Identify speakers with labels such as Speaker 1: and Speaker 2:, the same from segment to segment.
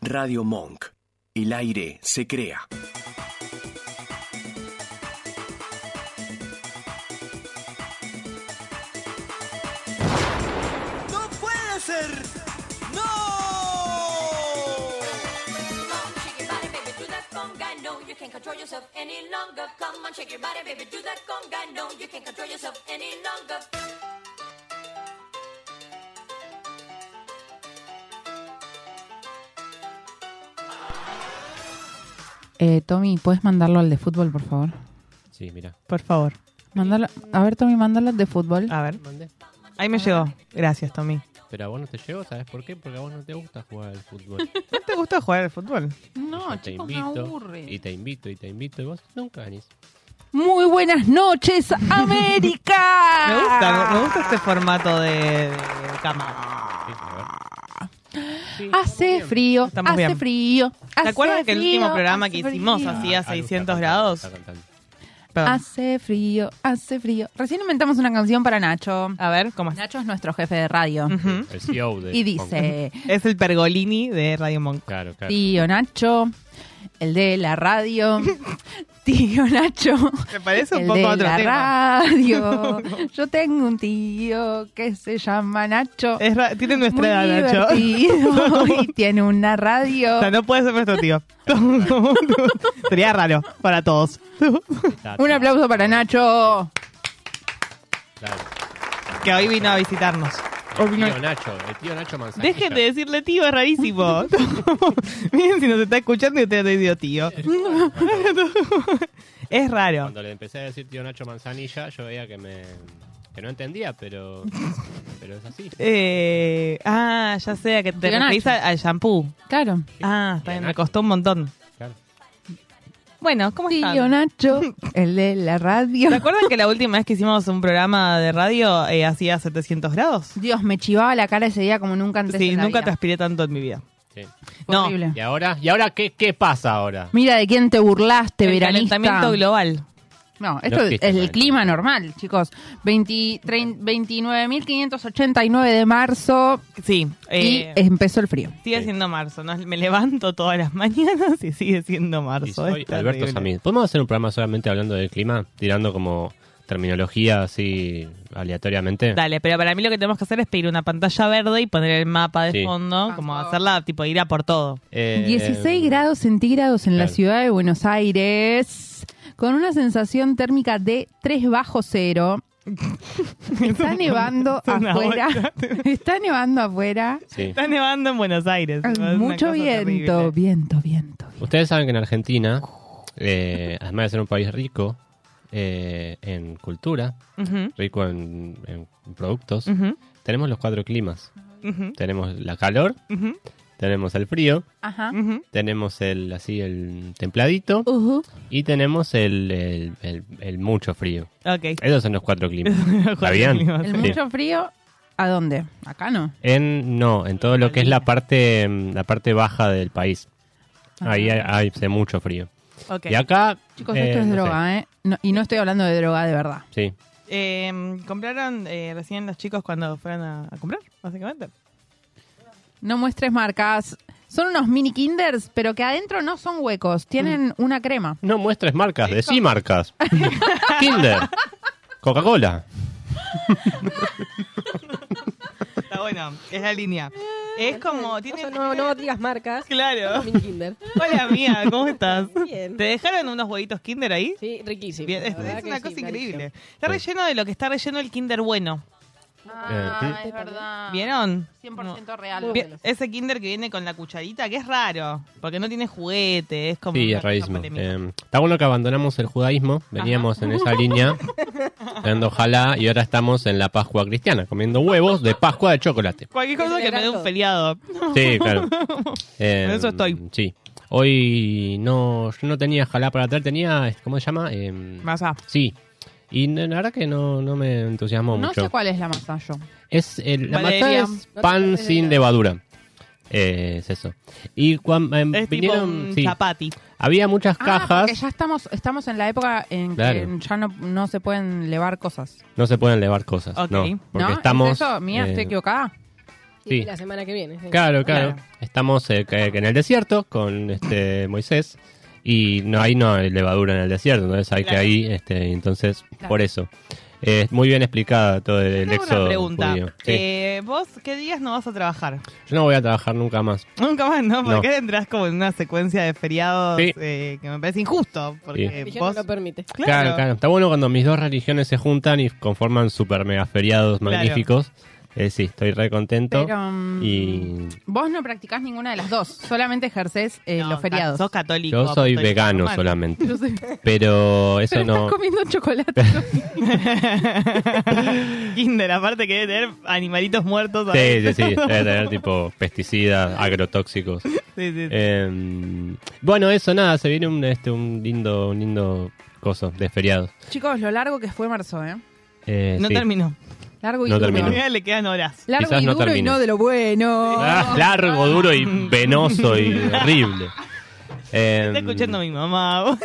Speaker 1: Radio Monk. El aire se crea.
Speaker 2: ¡No puede ser! ¡No!
Speaker 3: Come shake your body, baby, do that conga. No, you can't control yourself any longer. Come on, shake your body, baby, do that conga. No, you can't control yourself any longer.
Speaker 4: Eh, Tommy, ¿puedes mandarlo al de fútbol, por favor?
Speaker 5: Sí, mira.
Speaker 6: Por favor.
Speaker 4: Mándalo, a ver, Tommy, mándalo al de fútbol.
Speaker 5: Ah,
Speaker 6: A ver.
Speaker 5: Mandé.
Speaker 6: Ahí me llegó. Gracias, Tommy.
Speaker 5: Pero a vos no te llegó, ¿sabes por qué? Porque a vos no te gusta jugar al fútbol.
Speaker 6: ¿No te gusta jugar al fútbol?
Speaker 4: No,
Speaker 5: Yo te invito. Y te invito, y te invito, y vos nunca venís.
Speaker 4: Muy buenas noches, América.
Speaker 6: Me gusta, me gusta este formato de, de cámara.
Speaker 5: Sí, a ver. Sí,
Speaker 4: Hace frío,
Speaker 6: Estamos
Speaker 4: hace
Speaker 6: bien.
Speaker 4: frío.
Speaker 6: ¿Te acuerdas
Speaker 4: hace
Speaker 6: que el
Speaker 4: frío,
Speaker 6: último programa
Speaker 4: hace
Speaker 6: que hicimos
Speaker 4: frío?
Speaker 6: hacía
Speaker 5: Alu está
Speaker 6: 600
Speaker 5: cantando,
Speaker 6: grados?
Speaker 5: está cantando.
Speaker 6: Perdón.
Speaker 4: Hace frío, hace frío. Recién inventamos una canción para Nacho.
Speaker 6: A ver, ¿cómo es?
Speaker 4: Nacho es nuestro jefe de radio.
Speaker 6: Ujú.
Speaker 5: El CEO de
Speaker 4: Y
Speaker 5: Hong Kong.
Speaker 4: dice,
Speaker 6: Es el pergolini de Radio Monk.
Speaker 5: Claro, claro.
Speaker 4: tío Nacho, el de la radio. Tío Nacho,
Speaker 6: Me parece un
Speaker 4: el
Speaker 6: poco
Speaker 4: de
Speaker 6: otro
Speaker 4: la
Speaker 6: tema.
Speaker 4: radio. Yo tengo un tío que se llama Nacho.
Speaker 6: Es ra- tiene nuestra
Speaker 4: Muy
Speaker 6: edad, Nacho.
Speaker 4: divertido y tiene una radio.
Speaker 6: O sea, no puede ser nuestro tío. Sería raro para todos.
Speaker 5: Está-
Speaker 4: Un aplauso para Nacho.
Speaker 5: Claro.
Speaker 6: Que hoy vino a visitarnos.
Speaker 4: Oh,
Speaker 5: El tío Nacho, el tío Nacho Manzanilla.
Speaker 6: Dejen de decirle tío, es rarísimo. Miren si nos está escuchando y ustedes le digo tío. es raro.
Speaker 5: Cuando le empecé a decir tío Nacho Manzanilla, yo veía que me que no entendía, pero pero es así.
Speaker 6: Eh, ah, ya sé, que te
Speaker 4: Tío
Speaker 6: referís
Speaker 4: Nacho.
Speaker 6: al al shampoo.
Speaker 4: Claro.
Speaker 6: Ah, está bien, me costó un montón.
Speaker 5: Claro.
Speaker 6: Bueno, ¿cómo están?
Speaker 4: Tío Nacho, el de la radio.
Speaker 6: ¿Se acuerdan que la última vez que hicimos un programa de radio eh, hacía 700 grados?
Speaker 4: Dios, me chivaba la cara ese día como nunca antes.
Speaker 6: Sí,
Speaker 4: en la
Speaker 6: nunca
Speaker 4: vida.
Speaker 6: transpiré tanto en mi vida.
Speaker 5: Sí.
Speaker 4: Fue
Speaker 6: no.
Speaker 4: horrible.
Speaker 5: ¿Y ahora? ¿Y ahora qué, qué pasa ahora?
Speaker 4: Mira de quién te burlaste,
Speaker 6: El
Speaker 4: veranista.
Speaker 6: calentamiento global.
Speaker 4: No, esto
Speaker 5: No
Speaker 4: es
Speaker 5: existe
Speaker 4: el
Speaker 5: calentamiento.
Speaker 4: clima normal, chicos. 20 trein- 29.589 de marzo
Speaker 6: Sí.
Speaker 4: y
Speaker 6: eh,
Speaker 4: empezó el frío.
Speaker 6: Sigue
Speaker 5: Sí.
Speaker 6: siendo marzo, ¿no? Me levanto todas las mañanas y sigue siendo
Speaker 5: Y
Speaker 6: marzo.
Speaker 5: soy
Speaker 6: es
Speaker 5: Alberto
Speaker 6: terrible.
Speaker 5: Samid. ¿Podemos hacer un programa solamente hablando del clima? Tirando como terminología así aleatoriamente.
Speaker 6: Dale, pero para mí lo que tenemos que hacer es pedir una pantalla verde y poner el mapa de
Speaker 5: Sí.
Speaker 6: fondo,
Speaker 4: Ah,
Speaker 6: como
Speaker 4: por favor.
Speaker 6: hacerla, tipo ir a por todo.
Speaker 5: Eh,
Speaker 4: 16 grados centígrados en la
Speaker 5: claro.
Speaker 4: ciudad de Buenos Aires, con una sensación térmica de 3 bajo cero. Está nevando
Speaker 6: Es una
Speaker 4: afuera.
Speaker 6: bocha.
Speaker 4: Está nevando afuera.
Speaker 5: Sí.
Speaker 6: Está nevando en Buenos Aires. Es una
Speaker 4: Mucho
Speaker 6: cosa
Speaker 4: viento,
Speaker 6: terrible.
Speaker 4: viento, viento,
Speaker 5: Ustedes saben que en Argentina, eh, además de ser un país rico eh, en cultura,
Speaker 6: Ujú,
Speaker 5: rico en, en productos,
Speaker 6: ujú,
Speaker 5: tenemos los cuatro climas.
Speaker 6: ujú,
Speaker 5: Tenemos la calor,
Speaker 6: ujú,
Speaker 5: tenemos el frío,
Speaker 4: Ajá.
Speaker 6: ujú.
Speaker 5: tenemos el así el templadito
Speaker 6: Uh.
Speaker 4: Ujú.
Speaker 5: y tenemos el, el- el- el mucho frío.
Speaker 6: Ok.
Speaker 5: Esos son los cuatro climas. ¿Está
Speaker 6: Cuatro
Speaker 5: bien?
Speaker 6: climas.
Speaker 4: El
Speaker 5: Sí.
Speaker 4: mucho frío, ¿a dónde? Acá no.
Speaker 5: En, no, en todo lo que es la parte, mm, la parte baja del país. Ahí hay, hay- hace mucho frío.
Speaker 6: Ok.
Speaker 5: Y acá...
Speaker 4: Chicos,
Speaker 5: eh,
Speaker 4: esto es
Speaker 5: no sé.
Speaker 4: droga, ¿eh? No- y no estoy hablando de droga de verdad.
Speaker 5: Sí.
Speaker 6: Eh, ¿Compraron eh, recién los chicos cuando fueron a, a comprar, básicamente?
Speaker 4: No muestres marcas. Son unos mini kinders, pero que adentro no son huecos. Tienen
Speaker 5: Mm.
Speaker 4: una crema.
Speaker 5: No muestres marcas, decí marcas. Kinder. Coca-Cola.
Speaker 6: Está bueno, es la línea. Es como... Tiene,
Speaker 7: Ah, O sea, no, no digas marcas.
Speaker 6: Claro.
Speaker 7: Mini Kinder.
Speaker 6: Hola, mía, ¿cómo estás?
Speaker 7: Bien.
Speaker 6: ¿Te dejaron unos huevitos Kinder ahí?
Speaker 7: Sí, riquísimo.
Speaker 6: Bien, es,
Speaker 7: la verdad
Speaker 6: es
Speaker 7: que
Speaker 6: una
Speaker 7: sí,
Speaker 6: cosa
Speaker 7: me
Speaker 6: increíble.
Speaker 7: pareció.
Speaker 6: Está relleno de lo que está relleno el Kinder bueno.
Speaker 5: Ah,
Speaker 4: es verdad.
Speaker 6: ¿Vieron?
Speaker 4: 100% real.
Speaker 6: Bien, Ese Kinder que viene con la cucharita, que es raro, porque no tiene juguete, es como...
Speaker 5: Sí,
Speaker 6: una
Speaker 5: es raísmo.
Speaker 6: cosa polémica.
Speaker 5: Eh, está bueno que abandonamos el judaísmo, veníamos en esa línea, dando ojalá, y ahora estamos en la Pascua cristiana, comiendo huevos de Pascua de chocolate.
Speaker 6: Cualquier cosa que me dé
Speaker 7: Celebrando.
Speaker 6: un feriado.
Speaker 5: Sí, claro. Eh,
Speaker 6: En eso estoy.
Speaker 5: Sí. Hoy no, yo no tenía jalá para traer, tenía, ¿cómo se llama? Eh,
Speaker 6: Masa.
Speaker 5: sí. Y no- la verdad que no, no me entusiasmó
Speaker 4: No
Speaker 5: mucho.
Speaker 4: sé cuál es la masa yo.
Speaker 5: Es el, la masa
Speaker 6: Valeria.
Speaker 5: es pan sin levadura. Eh, es eso. Y cuando
Speaker 6: Es tipo
Speaker 5: vinieron,
Speaker 6: un
Speaker 5: sí,
Speaker 6: chapati.
Speaker 5: había muchas
Speaker 4: Ah,
Speaker 5: cajas.
Speaker 4: porque ya estamos, estamos en la época en
Speaker 5: Claro.
Speaker 4: que ya no, no se pueden levar cosas.
Speaker 5: No se pueden elevar cosas.
Speaker 6: Ok.
Speaker 5: No, porque
Speaker 4: ¿No? ¿Es
Speaker 5: estamos.
Speaker 4: eso? Mía,
Speaker 5: eh,
Speaker 4: estoy equivocada.
Speaker 5: Sí.
Speaker 7: La semana que viene. sí.
Speaker 5: Claro, claro.
Speaker 6: Claro.
Speaker 5: Estamos eh, que- que en el desierto con este Moisés y no ahí no hay levadura en el desierto, entonces hay
Speaker 6: Claro.
Speaker 5: que ahí, este, entonces por eso. Eh, muy bien explicada todo el
Speaker 6: Tengo
Speaker 5: éxodo
Speaker 6: una pregunta.
Speaker 5: judío. Sí.
Speaker 6: Eh, ¿Vos qué días no vas a trabajar?
Speaker 5: Yo no voy a trabajar nunca más.
Speaker 6: Nunca más, ¿no?
Speaker 5: No.
Speaker 6: Porque entras como en una secuencia de feriados
Speaker 5: Sí.
Speaker 6: eh, que me parece injusto. Porque
Speaker 7: Dije,
Speaker 6: vos...
Speaker 7: no lo permite.
Speaker 5: Claro. claro, Está bueno cuando mis dos religiones se juntan y conforman super mega feriados
Speaker 6: Claro.
Speaker 5: magníficos. Eh, sí, estoy re contento.
Speaker 4: Pero, mm,
Speaker 5: Y
Speaker 4: Vos no practicás ninguna de las dos, solamente ejercés eh,
Speaker 6: No,
Speaker 4: los feriados.
Speaker 6: Sos católico.
Speaker 5: yo soy
Speaker 6: apostólico
Speaker 5: vegano
Speaker 6: romano.
Speaker 5: solamente.
Speaker 4: Yo sé,
Speaker 5: Pero eso
Speaker 4: pero
Speaker 5: no.
Speaker 4: estás comiendo chocolate. ¿no?
Speaker 6: Kinder, aparte que debe tener animalitos muertos.
Speaker 5: Sí, sí,
Speaker 6: adentro.
Speaker 5: sí. Debe tener tipo pesticidas, agrotóxicos.
Speaker 6: Sí, sí, sí.
Speaker 5: Eh, bueno, eso nada, se viene un, este, un lindo, un lindo coso de feriados.
Speaker 4: Chicos, lo largo que fue marzo, ¿eh?
Speaker 5: Eh,
Speaker 6: no
Speaker 5: sí.
Speaker 6: terminó.
Speaker 4: Largo y
Speaker 5: No
Speaker 4: duro.
Speaker 5: terminó.
Speaker 6: Todavía le quedan horas.
Speaker 4: Largo
Speaker 5: Quizás
Speaker 4: y
Speaker 5: no
Speaker 4: duro y
Speaker 5: termine.
Speaker 4: no de lo bueno.
Speaker 5: Ah, largo, duro y venoso y horrible. Eh,
Speaker 6: Está escuchando mi mamá. vos.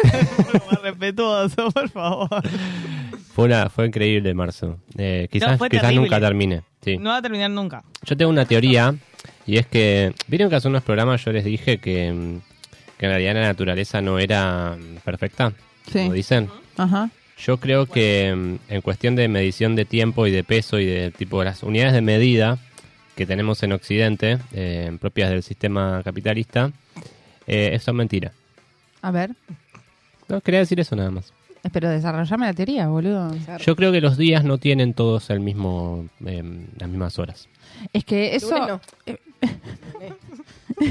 Speaker 6: Más respetuoso, por favor.
Speaker 5: Fue, una, fue increíble marzo. Eh, quizás
Speaker 6: fue
Speaker 5: quizás
Speaker 6: terrible.
Speaker 5: nunca termine. Sí.
Speaker 6: No va a terminar nunca.
Speaker 5: Yo tengo una teoría y es que, vieron que hace unos programas yo les dije que, mm, que en realidad la naturaleza no era mm, perfecta,
Speaker 4: Sí.
Speaker 5: como dicen.
Speaker 4: Ajá.
Speaker 5: Yo creo que mm, en cuestión de medición de tiempo y de peso y de tipo las unidades de medida que tenemos en Occidente, eh, propias del sistema capitalista, eh, eso es mentira.
Speaker 4: A ver.
Speaker 5: No, quería decir eso nada más.
Speaker 4: Pero desarrollame la teoría, boludo.
Speaker 5: Yo creo que los días no tienen todos el mismo, em, las mismas horas.
Speaker 4: Es que eso.
Speaker 7: Lunes no.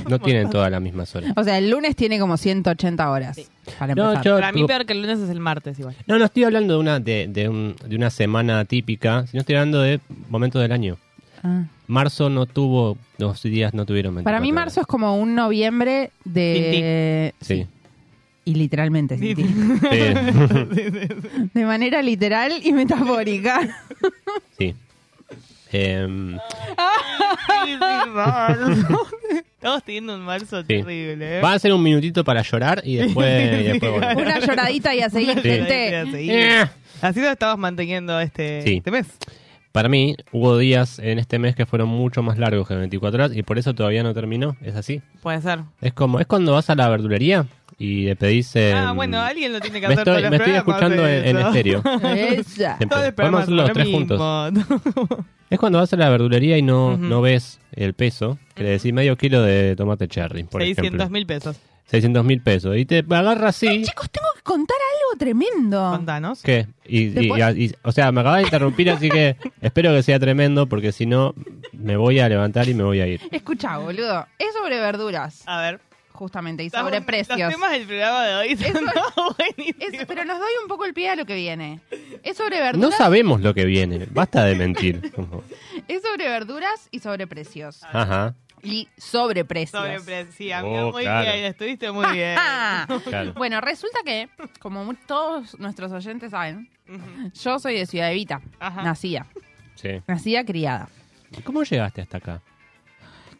Speaker 5: No tienen todas las mismas horas.
Speaker 4: O sea, el lunes tiene como 180 horas. Para
Speaker 5: No,
Speaker 4: empezar.
Speaker 5: yo-
Speaker 6: Para mí
Speaker 5: tu-
Speaker 6: peor que el lunes es el martes igual.
Speaker 5: No, no estoy hablando de una, de, de un- de una semana típica, sino estoy hablando de momentos del año.
Speaker 4: Ah.
Speaker 5: Marzo no tuvo, los días no tuvieron 24
Speaker 4: Para mí,
Speaker 5: horas.
Speaker 4: marzo es como un noviembre de.
Speaker 5: Sí.
Speaker 4: Y literalmente, sin ti.
Speaker 5: Sí,
Speaker 4: De manera literal y metafórica.
Speaker 5: sí. Em,
Speaker 6: Sí, sí, raro. Estamos teniendo un marzo
Speaker 5: Sí.
Speaker 6: terrible. ¿eh?
Speaker 5: Va a ser un minutito para llorar y después. y después volver.
Speaker 4: Una lloradita y a seguir,
Speaker 6: Una lloradita
Speaker 4: gente.
Speaker 6: y a seguir.
Speaker 5: Eh.
Speaker 6: Así lo estabas manteniendo este,
Speaker 5: Sí.
Speaker 6: este mes.
Speaker 5: Para mí, hubo días en este mes que fueron mucho más largos que 24 horas y por eso todavía no terminó. Es así.
Speaker 6: Puede ser.
Speaker 5: Es como, es cuando vas a la verdulería y le pedís.
Speaker 6: ah,
Speaker 5: em,
Speaker 6: bueno, alguien lo tiene que
Speaker 5: me
Speaker 6: hacer todos
Speaker 5: estoy,
Speaker 6: los
Speaker 5: me estoy
Speaker 6: programas,
Speaker 5: escuchando en, en
Speaker 6: eso.
Speaker 5: estéreo.
Speaker 4: Esa.
Speaker 5: Siempre.
Speaker 6: Todos
Speaker 5: Podemos
Speaker 6: los programas
Speaker 5: hacerlo los
Speaker 6: son
Speaker 5: tres
Speaker 6: lo
Speaker 5: juntos.
Speaker 6: mismo.
Speaker 5: Es cuando vas a la verdulería y no,
Speaker 6: Ujú.
Speaker 5: no ves el peso, que le decís medio kilo de tomate cherry, por
Speaker 6: 600
Speaker 5: ejemplo.
Speaker 6: mil pesos.
Speaker 5: 600 mil pesos. Y te agarra así.
Speaker 4: Chicos, tengo que contar algo tremendo.
Speaker 6: Contanos.
Speaker 5: ¿Qué? Y, y-
Speaker 4: Después-
Speaker 5: y- o sea, me acabas de interrumpir, así que espero que sea tremendo, porque si no, me voy a levantar y me voy a ir.
Speaker 4: Escucha, boludo. Es sobre verduras,
Speaker 6: A ver.
Speaker 4: justamente, y
Speaker 6: Estamos-
Speaker 4: sobre precios.
Speaker 6: Los temas del programa de hoy son todos buenísimos.
Speaker 4: Es- pero nos doy un poco el pie a lo que viene. Es sobre
Speaker 5: No
Speaker 4: verduras,
Speaker 5: sabemos lo que viene, basta de mentir. Como,
Speaker 4: es sobre verduras y sobre precios.
Speaker 5: Ajá,
Speaker 4: Y sobre precios.
Speaker 6: Sobre pre- sí, amigo,
Speaker 5: Oh,
Speaker 6: muy
Speaker 5: claro.
Speaker 6: bien, estuviste muy bien.
Speaker 4: Ah.
Speaker 5: claro.
Speaker 4: Bueno, resulta que, como mu- todos nuestros oyentes saben, yo soy de Ciudad Evita,
Speaker 6: Ajá.
Speaker 4: nacida,
Speaker 5: Sí.
Speaker 4: nacida criada.
Speaker 5: ¿Cómo llegaste hasta acá?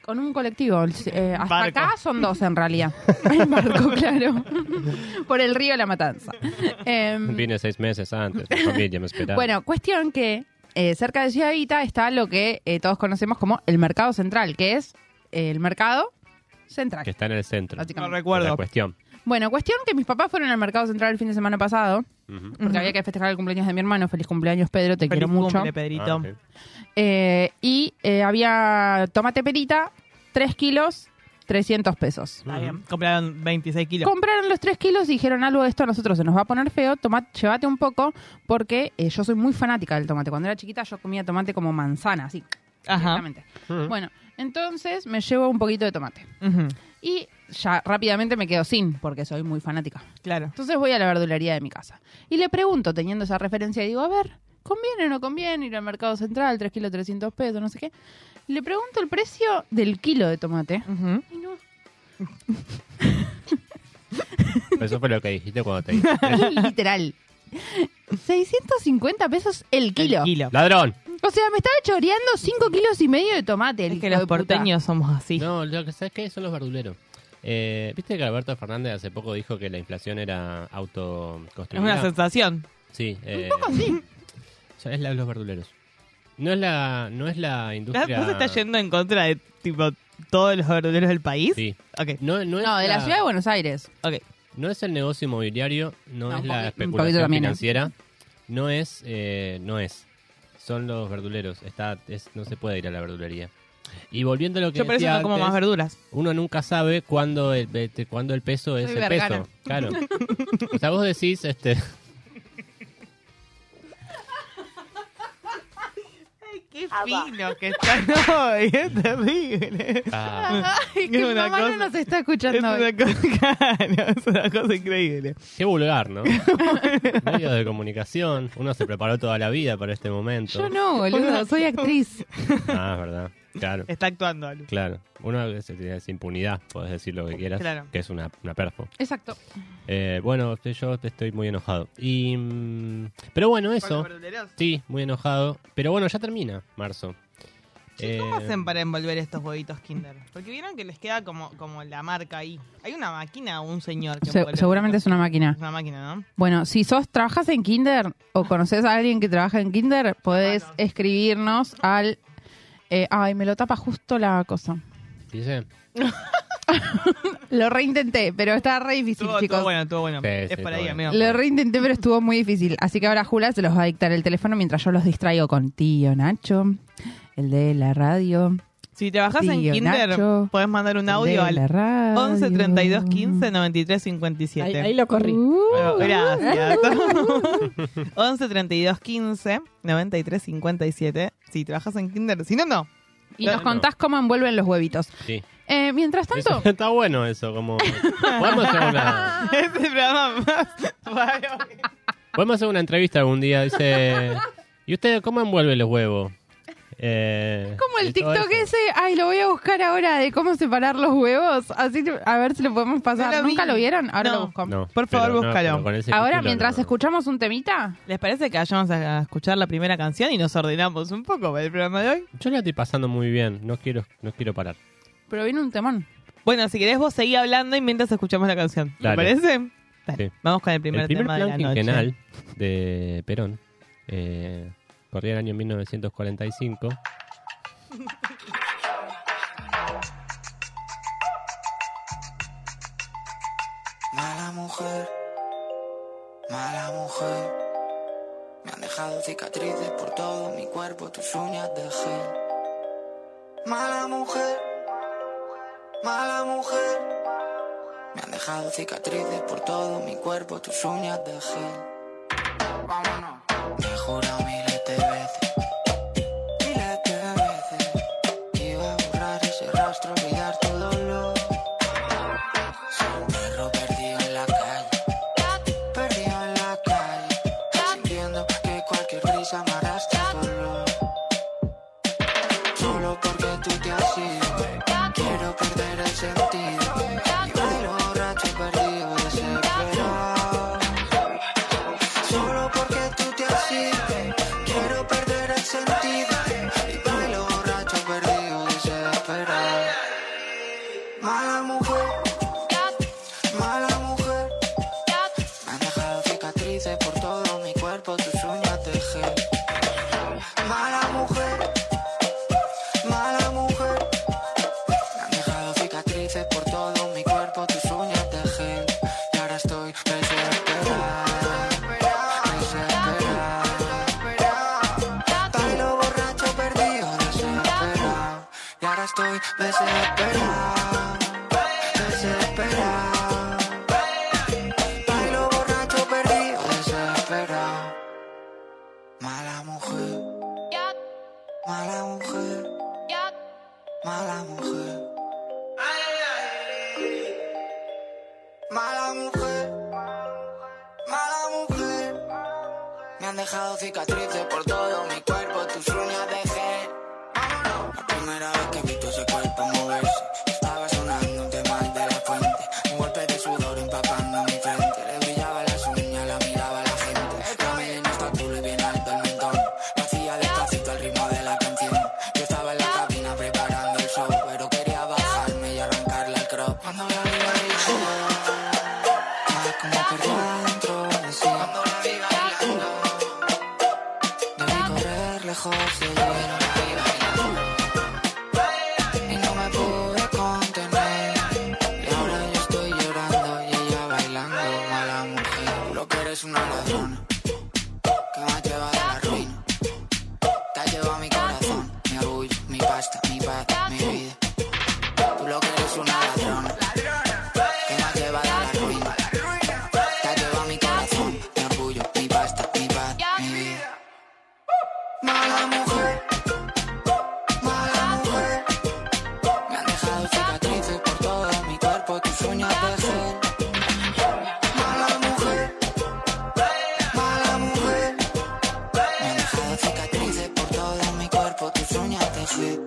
Speaker 4: Con un colectivo. el- eh, hasta
Speaker 6: Barco.
Speaker 4: acá son dos en realidad. En barco, claro. Por el río La Matanza. Em,
Speaker 5: Vine seis meses antes, mi familia me esperaba.
Speaker 4: Bueno, cuestión que eh, cerca de Ciudad Evita está lo que eh, todos conocemos como el mercado central, que es eh, el mercado central.
Speaker 5: que está en el centro.
Speaker 4: Básicamente.
Speaker 6: No
Speaker 5: de La
Speaker 6: recuerdo.
Speaker 5: cuestión. Ah,
Speaker 4: Bueno, cuestión que mis papás fueron al mercado central el fin de semana pasado,
Speaker 5: Ujú.
Speaker 4: porque había que festejar el cumpleaños de mi hermano. Feliz cumpleaños, Pedro, te
Speaker 6: Feliz
Speaker 4: quiero mucho.
Speaker 6: cumple, Pedrito.
Speaker 5: Ah, ok.
Speaker 4: Eh, y eh, había tomate perita, 3 kilos, 300 pesos.
Speaker 6: Está bien. Compraron 26 kilos.
Speaker 4: Compraron los 3 kilos y dijeron algo de esto a nosotros se nos va a poner feo, toma, llévate un poco, porque eh, yo soy muy fanática del tomate. Cuando era chiquita yo comía tomate como manzana, así,
Speaker 6: Ajá.
Speaker 4: directamente. Bueno, entonces me llevo un poquito de tomate.
Speaker 6: Ujú,
Speaker 4: Y ya rápidamente me quedo sin, porque soy muy fanática.
Speaker 6: Claro.
Speaker 4: Entonces voy a la verdulería de mi casa. Y le pregunto, teniendo esa referencia, digo, a ver, ¿conviene o no conviene ir al mercado central, 3 kilos 300 pesos, no sé qué? Le pregunto el precio del kilo de tomate.
Speaker 6: Ujú.
Speaker 4: Y no,
Speaker 5: Eso fue lo que dijiste cuando te dije.
Speaker 4: literal. 650 pesos el kilo.
Speaker 6: El kilo.
Speaker 5: ¡Ladrón!
Speaker 4: O sea, me estaba choreando 5 kilos y medio de tomate. El
Speaker 6: Es que
Speaker 4: hijo
Speaker 6: los
Speaker 4: de puta.
Speaker 6: porteños somos así.
Speaker 5: No, lo que sabes que son los verduleros. Eh, Viste que Alberto Fernández hace poco dijo que la inflación era
Speaker 6: es una
Speaker 5: autoconstruida.
Speaker 6: sensación.
Speaker 5: Sí, eh,
Speaker 4: Un poco sí.
Speaker 5: son- es la de los verduleros. No es la, no es la
Speaker 6: Ah, ¿Vos
Speaker 5: industria.
Speaker 6: estás yendo en contra de tipo todos los verduleros del país?
Speaker 5: Sí.
Speaker 6: Ok,
Speaker 5: No, no es
Speaker 4: No, de la
Speaker 5: la-
Speaker 4: ciudad de Buenos Aires.
Speaker 6: ok.
Speaker 5: No es el negocio inmobiliario, no,
Speaker 4: No,
Speaker 5: es
Speaker 4: un
Speaker 5: la
Speaker 4: poqui- un poquito
Speaker 5: especulación
Speaker 4: también ¿eh? es.
Speaker 5: financiera, no es, eh, no es. Son los verduleros. Está, es- no se puede ir a la verdulería. Y volviendo a lo que
Speaker 6: Yo por eso
Speaker 5: decía
Speaker 6: no como
Speaker 5: antes,
Speaker 6: más verduras.
Speaker 5: uno nunca sabe cuándo el, eh, cuándo el peso es
Speaker 4: Soy
Speaker 5: el
Speaker 4: vergana.
Speaker 5: peso. Claro. O sea, vos decís, este,
Speaker 6: Qué fino que están hoy, es terrible.
Speaker 5: ah,
Speaker 4: Ay, que
Speaker 6: Es
Speaker 4: mi
Speaker 6: una
Speaker 4: mamá
Speaker 6: cosa-
Speaker 4: no nos está
Speaker 6: Es
Speaker 4: escuchando hoy.
Speaker 6: una, cosa, claro, es una cosa increíble.
Speaker 5: qué vulgar, ¿no? Medios de comunicación. Uno se preparó toda la vida para este momento.
Speaker 4: Yo no, boludo, soy actriz.
Speaker 5: Ah, es verdad. Claro.
Speaker 6: Está actuando algo.
Speaker 5: Claro. Uno es, es impunidad, puedes decir lo que quieras,
Speaker 6: Claro.
Speaker 5: que es una, una perfo.
Speaker 4: Exacto.
Speaker 5: Eh, bueno, yo estoy muy enojado. Y, mm, pero bueno, eso. Sí, muy enojado. Pero bueno, ya termina marzo.
Speaker 6: Che, ¿Cómo
Speaker 5: Eh,
Speaker 6: hacen para envolver estos huevitos Kinder? Porque vieron que les queda como, como la marca ahí. Hay una máquina o un señor que envuelve
Speaker 4: seguramente es
Speaker 6: estos-
Speaker 4: una máquina.
Speaker 6: es una máquina, ¿no?
Speaker 4: Bueno, si sos trabajas en Kinder o conoces a alguien que trabaja en Kinder, podés
Speaker 6: Claro.
Speaker 4: escribirnos al. eh, ay, me lo tapa justo la cosa.
Speaker 5: ¿Dice?
Speaker 4: Lo reintenté, pero está re difícil,
Speaker 6: Todo,
Speaker 4: chicos.
Speaker 6: todo bueno, todo bueno.
Speaker 5: Sí,
Speaker 6: es
Speaker 5: sí,
Speaker 6: por
Speaker 5: todo
Speaker 6: ahí,
Speaker 5: bueno.
Speaker 6: amigo.
Speaker 4: Lo reintenté, pero estuvo muy difícil. Así que ahora Jula se los va a dictar el teléfono mientras yo los distraigo con tío Nacho, el de la radio.
Speaker 6: Si trabajas en
Speaker 4: Tío
Speaker 6: Kinder,
Speaker 4: Nacho,
Speaker 6: podés mandar un audio
Speaker 4: el de la
Speaker 6: al
Speaker 4: radio.
Speaker 6: 11 32 15 93 57.
Speaker 7: Ahí, ahí lo corrí.
Speaker 4: Mm. Uh,
Speaker 6: Bueno, Gracias. 11 32 15 93 57. Si trabajas en Kinder, si no, no.
Speaker 4: Y nos
Speaker 5: Bueno.
Speaker 4: contás cómo envuelven los huevitos.
Speaker 5: Sí.
Speaker 4: Eh, mientras
Speaker 5: Eso
Speaker 4: tanto,
Speaker 5: está bueno eso, como... Podemos hacer, una,
Speaker 6: Es el programa más raro.
Speaker 5: podemos hacer una entrevista algún día. Dice, ¿y usted cómo envuelve los huevos? Eh,
Speaker 4: como el
Speaker 5: y todo
Speaker 4: TikTok
Speaker 5: eso.
Speaker 4: ese, ay, lo voy a buscar ahora de cómo separar los huevos. Así, que, a ver si lo podemos pasar.
Speaker 6: No lo vi.
Speaker 4: ¿Nunca lo vieron? Ahora
Speaker 6: No.
Speaker 4: lo busco.
Speaker 5: No,
Speaker 6: Por favor,
Speaker 5: pero
Speaker 6: búscalo.
Speaker 5: pero con ese
Speaker 4: Ahora,
Speaker 5: título
Speaker 4: mientras
Speaker 5: no.
Speaker 4: escuchamos un temita,
Speaker 6: ¿Les parece que vayamos a escuchar la primera canción y nos ordenamos un poco para el programa de hoy?
Speaker 5: Yo la estoy pasando muy bien, no quiero, no quiero parar.
Speaker 4: pero viene un temón.
Speaker 6: Bueno, si querés vos seguí hablando y mientras escuchamos la canción. ¿Te
Speaker 5: Dale.
Speaker 6: parece? Dale,
Speaker 5: Sí.
Speaker 6: Vamos con el primer,
Speaker 5: el primer
Speaker 6: tema
Speaker 5: plan
Speaker 6: de la noche.
Speaker 5: quinquenal de Perón eh, corría el año 1945.
Speaker 8: Mala mujer, mala mujer. Me han dejado cicatrices por todo mi cuerpo, tus uñas de gel. Mala mujer, mala mujer. Me han dejado cicatrices por todo mi cuerpo, tus uñas de gel. Vámonos. Te he jurado miles de veces, miles de veces. Iba a borrar ese rastro, olvidar tu dolor. Un perro perdido en la calle, perdido en la calle, sintiendo que cualquier brisa me arrastra al dolor. Solo porque tú te has ido, quiero perder el sentido. Y bailo borracho perdido, desesperado. Solo porque tú te has ido, quiero perder el sentido. Y bailo borracho perdido, desesperado. Mala mujer. Mala mujer, me han dejado cicatrices por todo mi cuerpo, tus uñas de gel. Mala mujer, mala mujer, me han dejado cicatrices por todo mi cuerpo, tus uñas de gel. Y ahora estoy desesperada, desesperada. Bailo borracho perdido, desesperado. Y ahora estoy desesperada, desesperada. Bailo borracho perdido, desesperado. Mala mujer, mala mujer, mala mujer. Mala mujer, mala mujer. Me han dejado cicatrices por todo mi cuerpo, tus uñas de gel. La primera vez que vi tu ese cuerpo moverse Estaba sonando un tema de la fuente Un golpe de sudor empapando mi frente Le brillaba las uñas, la miraba la gente La melena está azul y bien alto el mentón Lo hacía despacito al ritmo de la canción Yo estaba en la cabina preparando el show Pero quería bajarme y arrancarle el crop Cuando la vi bailando Estaba como por dentro Cuando la vi bailando Debí correr lejos de ella fue que soñaste ser. Mala mujer, mala mujer. Me he dejado cicatrices por todo mi cuerpo que soñaste ser.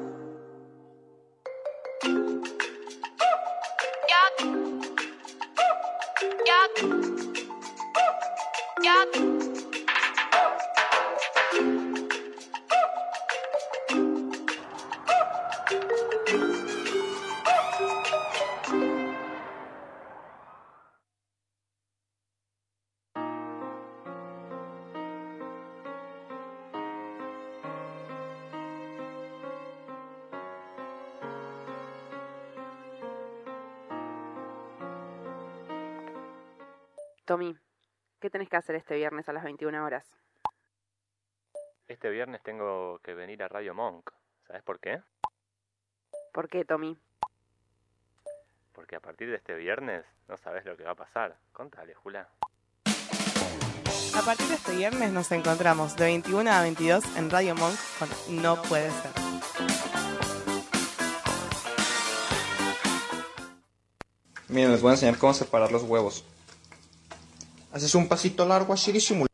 Speaker 7: Tommy, ¿qué tenés que hacer este viernes a las 21 horas?
Speaker 9: Este viernes tengo que venir a Radio Monk. ¿Sabes por qué?
Speaker 7: ¿Por qué, Tommy?
Speaker 9: Porque a partir de este viernes no sabes lo que va a pasar. Contale, Jula.
Speaker 6: A partir de este viernes nos encontramos de 21 a 22 en Radio Monk con No Puede Ser.
Speaker 10: Miren, les voy a enseñar cómo separar los huevos. Haces un pasito largo así disimulado.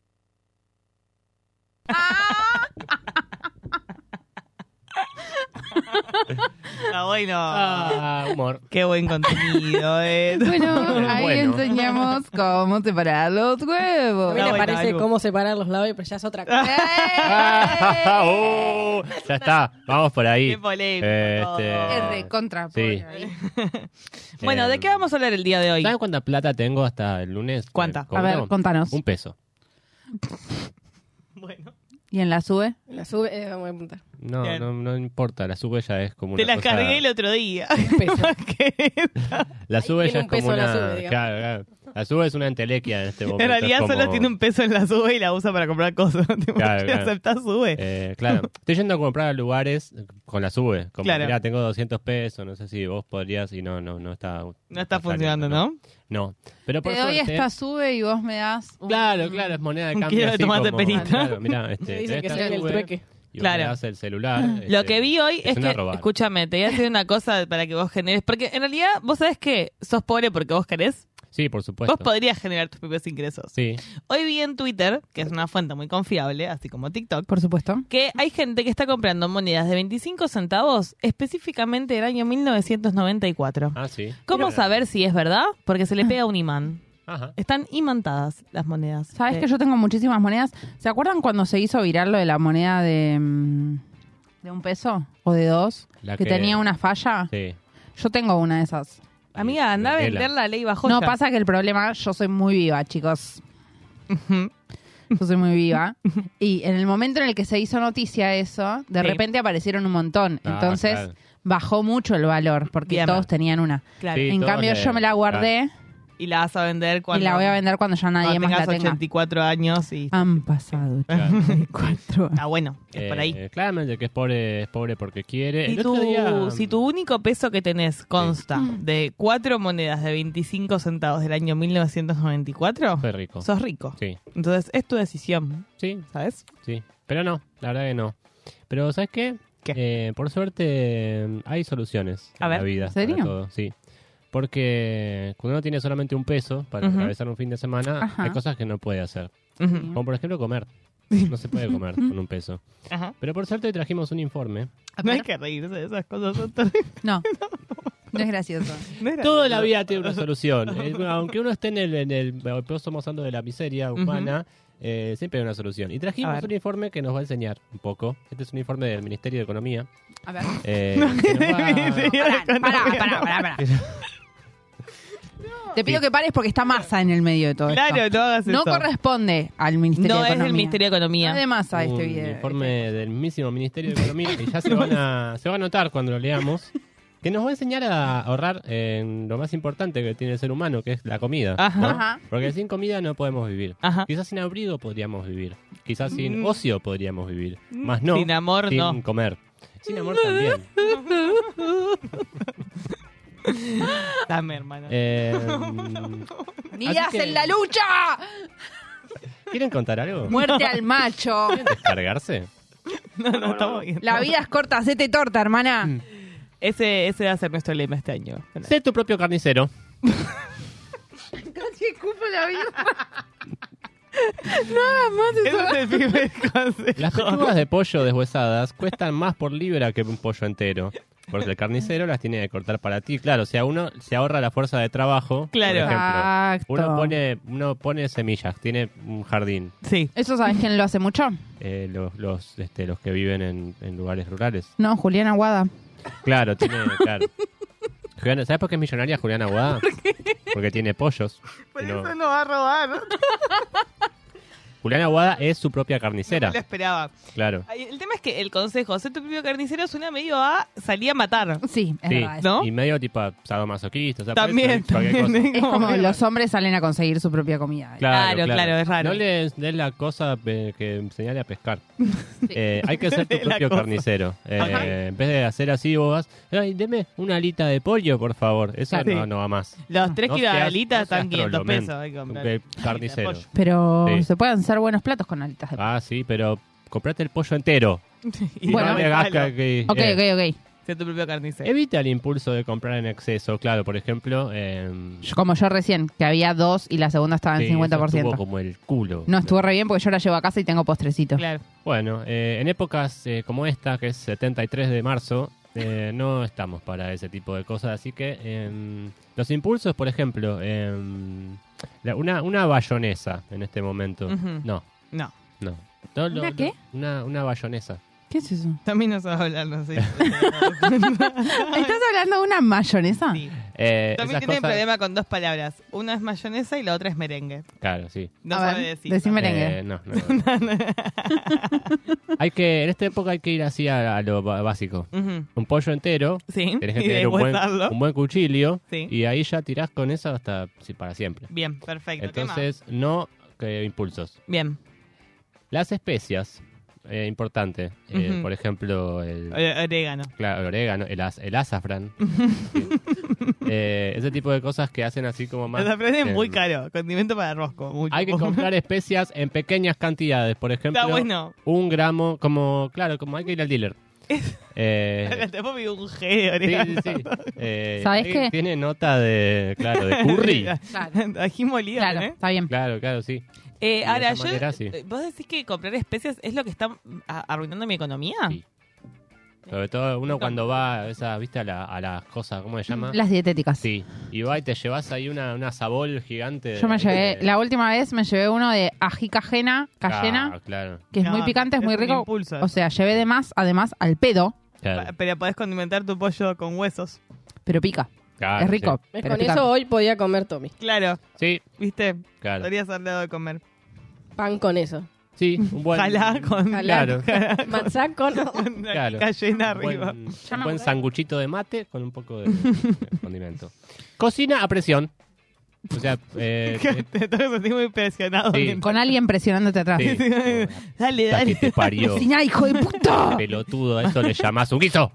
Speaker 6: Ah, bueno.
Speaker 5: Ah, humor.
Speaker 6: Qué buen contenido, eh.
Speaker 4: Bueno, ahí
Speaker 5: Bueno.
Speaker 4: enseñamos cómo separar los
Speaker 11: A
Speaker 4: huevos.
Speaker 11: mí me
Speaker 6: bueno,
Speaker 11: parece
Speaker 6: algo.
Speaker 11: cómo separar los labios, pero ya es otra
Speaker 4: Ah.
Speaker 11: cosa.
Speaker 4: ¡Eh!
Speaker 5: Oh, ya está, vamos por ahí.
Speaker 6: Qué polémico.
Speaker 5: Este-
Speaker 4: Es de contra.
Speaker 5: Sí.
Speaker 4: pobre.
Speaker 6: Bueno,
Speaker 5: eh,
Speaker 6: ¿de qué vamos a hablar el día de hoy?
Speaker 5: ¿Saben cuánta plata tengo hasta el lunes?
Speaker 6: ¿Cuánta?
Speaker 5: Eh,
Speaker 4: A
Speaker 5: cobro
Speaker 4: ver, contanos.
Speaker 5: Un peso.
Speaker 6: Bueno,
Speaker 4: ¿Y en la sube?
Speaker 11: La sube, eh, vamos a apuntar.
Speaker 5: No,
Speaker 6: Bien.
Speaker 5: no, no importa, la sube ya es como
Speaker 6: te
Speaker 5: una
Speaker 6: la
Speaker 5: cosa-
Speaker 6: cargué el otro día.
Speaker 11: Peso.
Speaker 5: La sube
Speaker 11: tiene
Speaker 5: ya
Speaker 11: un
Speaker 5: es como
Speaker 11: peso
Speaker 5: una...
Speaker 11: la sube, digamos.
Speaker 5: claro, claro. La sube es una entelequia en este momento.
Speaker 6: en
Speaker 5: es
Speaker 6: realidad solo
Speaker 5: como-
Speaker 6: tiene un peso en la sube y la usa para comprar cosas. Tipo,
Speaker 5: Claro,
Speaker 6: ¿le
Speaker 5: claro.
Speaker 6: aceptás sube?
Speaker 5: Eh, claro, estoy yendo a comprar a lugares con la sube. Como,
Speaker 6: Claro.
Speaker 5: mirá, tengo 200 pesos, no sé si vos podrías y no, no, no está...
Speaker 6: no está funcionando,
Speaker 5: saliendo,
Speaker 6: ¿no?
Speaker 5: No, pero por
Speaker 4: Te doy
Speaker 5: suerte-
Speaker 4: esta sube y vos me das un-
Speaker 5: Claro, claro, es moneda de
Speaker 6: Un
Speaker 5: cambio.
Speaker 6: kilo de
Speaker 5: así
Speaker 6: tomate
Speaker 5: como-
Speaker 6: perita.
Speaker 5: Claro, mirá, este,
Speaker 11: Me dicen
Speaker 5: tenés
Speaker 11: que
Speaker 5: esta
Speaker 11: soy el
Speaker 5: sube
Speaker 11: trueque.
Speaker 5: y vos
Speaker 6: Claro.
Speaker 5: me das el celular.
Speaker 6: Lo
Speaker 5: este,
Speaker 6: que vi hoy es,
Speaker 5: una
Speaker 6: que,
Speaker 5: robada.
Speaker 6: escúchame, te voy a decir una cosa para que vos generes. Porque en realidad, vos sabés que sos pobre porque vos querés.
Speaker 5: Sí, por supuesto.
Speaker 6: Vos podrías generar tus propios ingresos.
Speaker 5: Sí,
Speaker 6: Hoy vi en Twitter, que es una fuente muy confiable, así como TikTok,
Speaker 4: Por supuesto.
Speaker 6: que hay gente que está comprando monedas de 25 centavos, específicamente del año 1994.
Speaker 5: ah, sí.
Speaker 6: ¿Cómo
Speaker 5: Mira.
Speaker 6: saber si es verdad? Porque
Speaker 4: Ah.
Speaker 6: se le pega un imán.
Speaker 5: Ajá.
Speaker 6: Están imantadas las monedas.
Speaker 4: Sabes
Speaker 6: Eh,
Speaker 4: que yo tengo muchísimas monedas. ¿Se acuerdan cuando se hizo viral lo de la moneda de, mm, de un peso o de dos?
Speaker 5: La
Speaker 4: que,
Speaker 5: que-
Speaker 4: tenía una falla.
Speaker 5: Sí.
Speaker 4: Yo tengo una de esas.
Speaker 6: Amiga, anda a
Speaker 5: Vendela.
Speaker 6: vender la ley bajo ya.
Speaker 4: No, pasa que el problema, yo soy muy viva, chicos. Yo soy muy viva. Y en el momento en el que se hizo noticia eso, de
Speaker 6: Sí.
Speaker 4: repente aparecieron un montón.
Speaker 5: Ah,
Speaker 4: Entonces
Speaker 5: claro.
Speaker 4: bajó mucho el valor porque
Speaker 6: Bien.
Speaker 4: todos tenían una.
Speaker 6: Claro.
Speaker 5: Sí.
Speaker 4: en
Speaker 5: todos
Speaker 4: cambio,
Speaker 5: le-
Speaker 4: yo me la guardé
Speaker 6: Y la vas a vender cuando.
Speaker 4: y la voy a vender cuando ya nadie
Speaker 6: cuando
Speaker 4: más la
Speaker 6: tengas
Speaker 4: tenga. Ah.
Speaker 6: 84 años y.
Speaker 4: Han pasado
Speaker 5: Claro.
Speaker 4: 84
Speaker 6: Está bueno, es
Speaker 5: Eh,
Speaker 6: por ahí.
Speaker 5: Claramente que es pobre, es pobre porque quiere.
Speaker 6: Si
Speaker 5: El otro
Speaker 6: tu,
Speaker 5: día- mm,
Speaker 6: si tu único peso que tenés consta de cuatro monedas de 25 centavos del año 1994,
Speaker 5: Fue rico.
Speaker 6: sos rico.
Speaker 5: Sí,
Speaker 6: Entonces es tu decisión,
Speaker 5: sí,
Speaker 6: ¿sabes?
Speaker 5: sí. Pero no, la verdad que no. Pero ¿sabes qué?
Speaker 6: ¿Qué?
Speaker 5: Eh, por suerte eh, hay soluciones
Speaker 6: A
Speaker 5: en
Speaker 6: ver,
Speaker 5: la vida.
Speaker 4: ¿en serio?
Speaker 5: para todo, sí. Porque cuando uno tiene solamente un peso para
Speaker 6: Ujú.
Speaker 5: atravesar un fin de semana,
Speaker 4: Ajá.
Speaker 5: hay cosas que no puede hacer.
Speaker 6: Ujú.
Speaker 5: Como por ejemplo comer. No se puede comer con un peso.
Speaker 6: Ajá.
Speaker 5: Pero por suerte hoy trajimos un informe.
Speaker 4: Ah,
Speaker 6: No hay que reírse de esas cosas. son terribles.
Speaker 4: No, no es gracioso.
Speaker 6: No era-
Speaker 5: Toda la vida tiene una solución. Eh, Aunque uno esté en el, en el eh, pozo mozando de la miseria humana, eh, siempre hay una solución. Y
Speaker 6: A
Speaker 5: trajimos
Speaker 6: ver.
Speaker 5: un informe que nos va a enseñar un poco. Este es un informe del Ministerio de Economía.
Speaker 4: A ver.
Speaker 5: eh, que nos va-
Speaker 4: Pará, pará, pará, pará, pará. Te pido que pares porque está masa en el medio de todo
Speaker 6: Claro,
Speaker 4: esto.
Speaker 6: no hagas
Speaker 4: No
Speaker 6: eso.
Speaker 4: corresponde al Ministerio
Speaker 6: No
Speaker 4: de
Speaker 6: es
Speaker 4: Economía.
Speaker 6: el Ministerio de Economía.
Speaker 4: No de masa
Speaker 5: un
Speaker 4: este video.
Speaker 5: informe del mismísimo Ministerio de Economía y ya se, van a, se va a notar cuando lo leamos. Que nos va a enseñar a ahorrar en lo más importante que tiene el ser humano, que es la comida.
Speaker 6: Ajá.
Speaker 5: ¿no?
Speaker 4: Ajá.
Speaker 5: Porque sin comida no podemos vivir.
Speaker 6: Ajá.
Speaker 5: Quizás sin abrigo podríamos vivir. Quizás sin
Speaker 6: Mm.
Speaker 5: ocio podríamos vivir. Más no.
Speaker 6: Sin amor,
Speaker 5: sin
Speaker 6: no.
Speaker 5: comer. Sin amor también.
Speaker 6: Dame, hermano.
Speaker 5: Eh,
Speaker 4: ¡Unidas
Speaker 5: Así que-
Speaker 4: en la lucha!
Speaker 5: ¿Quieren contar algo?
Speaker 4: ¡Muerte al macho!
Speaker 5: ¿Descargarse?
Speaker 6: no, no, estamos bien.
Speaker 4: La vida es corta,
Speaker 5: Mm.
Speaker 4: hacete torta, hermana.
Speaker 6: Ese, ese va a ser nuestro lema este año.
Speaker 5: Sé tu propio carnicero.
Speaker 4: Casi escupo la birra. No hagas más eso.
Speaker 5: Las pechugas de pollo deshuesadas cuestan más por libra que un pollo entero. Porque el carnicero las tiene que cortar para ti. Claro, o sea, uno se ahorra la fuerza de trabajo.
Speaker 4: Claro.
Speaker 5: Por ejemplo,
Speaker 4: Exacto.
Speaker 5: uno pone, uno pone semillas, tiene un jardín.
Speaker 6: Sí.
Speaker 4: ¿Eso sabes quién lo hace mucho?
Speaker 5: los, los, este, los que viven en, en lugares rurales.
Speaker 4: No, Juliana Aguada.
Speaker 5: Claro, tiene, claro. Juliana- ¿Sabes por qué es millonaria Juliana Aguada? Porque tiene pollos. Y no-
Speaker 6: no va a robar.
Speaker 5: Juliana Aguada es su propia carnicera.
Speaker 6: Lo esperaba.
Speaker 5: Claro.
Speaker 6: Ay, El tema es que el consejo, ser tu propio carnicero suena medio a salir a matar.
Speaker 4: Sí,
Speaker 5: Sí,
Speaker 6: ¿No?
Speaker 5: Y medio tipo sadomasoquista. O sea,
Speaker 6: También,
Speaker 5: parece cualquier
Speaker 6: también,
Speaker 5: cosa.
Speaker 4: Es como los hombres salen a conseguir su propia comida.
Speaker 5: Claro, claro,
Speaker 6: claro, es raro.
Speaker 5: No le des la cosa eh, que señale a pescar. Eh, hay que ser tu
Speaker 6: Le la
Speaker 5: propio
Speaker 6: cosa.
Speaker 5: carnicero. Eh,
Speaker 6: Ajá.
Speaker 5: en vez de hacer así, vos vas, ay, deme una alita de pollo, por favor. Eso
Speaker 6: Claro.
Speaker 5: no,
Speaker 6: Sí.
Speaker 5: no va más.
Speaker 6: Los tres
Speaker 5: No
Speaker 6: kilos de
Speaker 5: seas-
Speaker 6: alitas
Speaker 5: no seas
Speaker 6: están 500
Speaker 5: trolo, men.
Speaker 6: pesos, hay que comprar.
Speaker 5: Eh, Carnicero.
Speaker 6: Alita de pollo.
Speaker 4: Pero
Speaker 5: Sí.
Speaker 4: se pueden hacer buenos platos con alitas de
Speaker 5: Ah, sí, pero comprate el pollo entero. Y
Speaker 4: Bueno.
Speaker 5: no le hagas que-
Speaker 4: Ok,
Speaker 5: eh,
Speaker 4: ok, ok.
Speaker 6: Ser tu propio carnicero.
Speaker 5: Evita el impulso de comprar en exceso, claro, por ejemplo. eh,
Speaker 4: Yo- Como yo recién, que había dos y la segunda estaba en
Speaker 5: sí, eso
Speaker 4: 50%.
Speaker 5: estuvo como el culo.
Speaker 4: No, estuvo re bien porque yo la llevo a casa y tengo postrecito.
Speaker 6: Claro.
Speaker 5: Bueno, eh, en épocas eh, como esta, que es 73 de marzo, eh, no estamos para ese tipo de cosas. Así que em, los impulsos, por ejemplo, em, la- una, una bayonesa en este momento.
Speaker 6: Ujú.
Speaker 5: No,
Speaker 6: No.
Speaker 5: no. No, lo-
Speaker 4: ¿Una
Speaker 5: lo-
Speaker 4: qué?
Speaker 5: Una, una bayonesa.
Speaker 4: ¿Qué es eso?
Speaker 6: También nos va a hablar, no sé.
Speaker 4: ¿Estás hablando de una mayonesa?
Speaker 5: Eh,
Speaker 6: También
Speaker 5: esas
Speaker 6: tiene
Speaker 5: cosas-
Speaker 6: problema con dos palabras. Una es mayonesa y la otra es merengue.
Speaker 5: Claro, sí.
Speaker 6: No
Speaker 4: A
Speaker 6: sabe
Speaker 4: ver,
Speaker 6: decir.
Speaker 4: decí merengue.
Speaker 5: Eh, no, no, no. hay que, en esta época hay que ir así a, a lo ba- básico.
Speaker 6: Ujú.
Speaker 5: Un pollo entero,
Speaker 6: Sí,
Speaker 5: tenés que
Speaker 6: y
Speaker 5: tener un buen,
Speaker 6: deshuesarlo.
Speaker 5: un buen cuchillo
Speaker 6: Sí.
Speaker 5: y ahí ya tirás con eso hasta sí, para siempre.
Speaker 6: Bien, perfecto. ¿Qué más?
Speaker 5: Entonces, no que impulsos.
Speaker 6: Bien.
Speaker 5: Las especias, eh, importante. Eh,
Speaker 6: Ujú.
Speaker 5: Por ejemplo, el,
Speaker 6: O- Orégano.
Speaker 5: claro, el orégano, el, az- el azafrán. Sí. Eh, ese tipo de cosas que hacen así como más...
Speaker 6: Los aprenden muy
Speaker 5: em,
Speaker 6: caro. Condimento para rosco. Mucho.
Speaker 5: Hay que comprar especias en pequeñas cantidades. Por ejemplo,
Speaker 6: Está bueno.
Speaker 5: un gramo, como, claro, como hay que ir al dealer. Eh,
Speaker 6: Te pongo un G de
Speaker 5: sí,
Speaker 6: orégano.
Speaker 5: sí, sí. Eh,
Speaker 4: ¿Sabés
Speaker 5: tiene-
Speaker 4: qué?
Speaker 5: Tiene nota de, claro, de curry.
Speaker 4: Claro.
Speaker 6: Ají molido,
Speaker 4: Claro,
Speaker 6: ¿eh?
Speaker 4: está bien.
Speaker 5: claro, claro, sí.
Speaker 6: Eh,
Speaker 5: de
Speaker 6: ahora,
Speaker 5: esa
Speaker 6: yo, eh,
Speaker 5: manera, sí.
Speaker 6: ¿vos decís que comprar especias es lo que está a- arruinando mi economía?
Speaker 5: Sí. Sobre todo uno cuando va a esa, viste, a, la- a las cosas, ¿cómo se llama?
Speaker 4: Las dietéticas.
Speaker 5: Sí. Y va y te llevas ahí una, una sabol gigante.
Speaker 4: Yo me
Speaker 5: de-
Speaker 4: llevé, la última vez me llevé uno de ají cajena, cayena,
Speaker 5: Ah, claro.
Speaker 4: que es
Speaker 6: No,
Speaker 4: muy picante, es muy
Speaker 6: un
Speaker 4: rico.
Speaker 6: impulso.
Speaker 4: O sea, llevé de más, además, al pedo,
Speaker 5: Claro,
Speaker 6: Pa- Pero podés condimentar tu pollo con huesos.
Speaker 4: pero pica.
Speaker 5: claro,
Speaker 4: es rico. pero
Speaker 11: ¿Ves? Pues Con
Speaker 4: picante.
Speaker 11: eso hoy podía comer Tommy.
Speaker 6: Claro,
Speaker 5: Sí, Sí,
Speaker 6: ¿viste?
Speaker 5: claro.
Speaker 6: Podrías al lado de comer.
Speaker 11: Pan con eso.
Speaker 5: Sí, un buen.
Speaker 6: Jalá con
Speaker 5: Claro.
Speaker 11: Manzán con...
Speaker 6: con la
Speaker 5: Claro.
Speaker 6: cayena
Speaker 5: un buen-
Speaker 6: arriba.
Speaker 5: Un buen sanguchito de mate con un poco de, de condimento. Cocina a presión. O sea, eh, eh,
Speaker 6: Te tengo que sentir muy impresionado.
Speaker 5: Sí.
Speaker 6: mientras-
Speaker 4: Con alguien presionándote atrás.
Speaker 5: sí.
Speaker 6: Dale,
Speaker 5: Puta eh, que
Speaker 6: dale.
Speaker 5: te parió.
Speaker 4: Cociná, hijo de puta.
Speaker 5: pelotudo, a eso le llamás un guiso.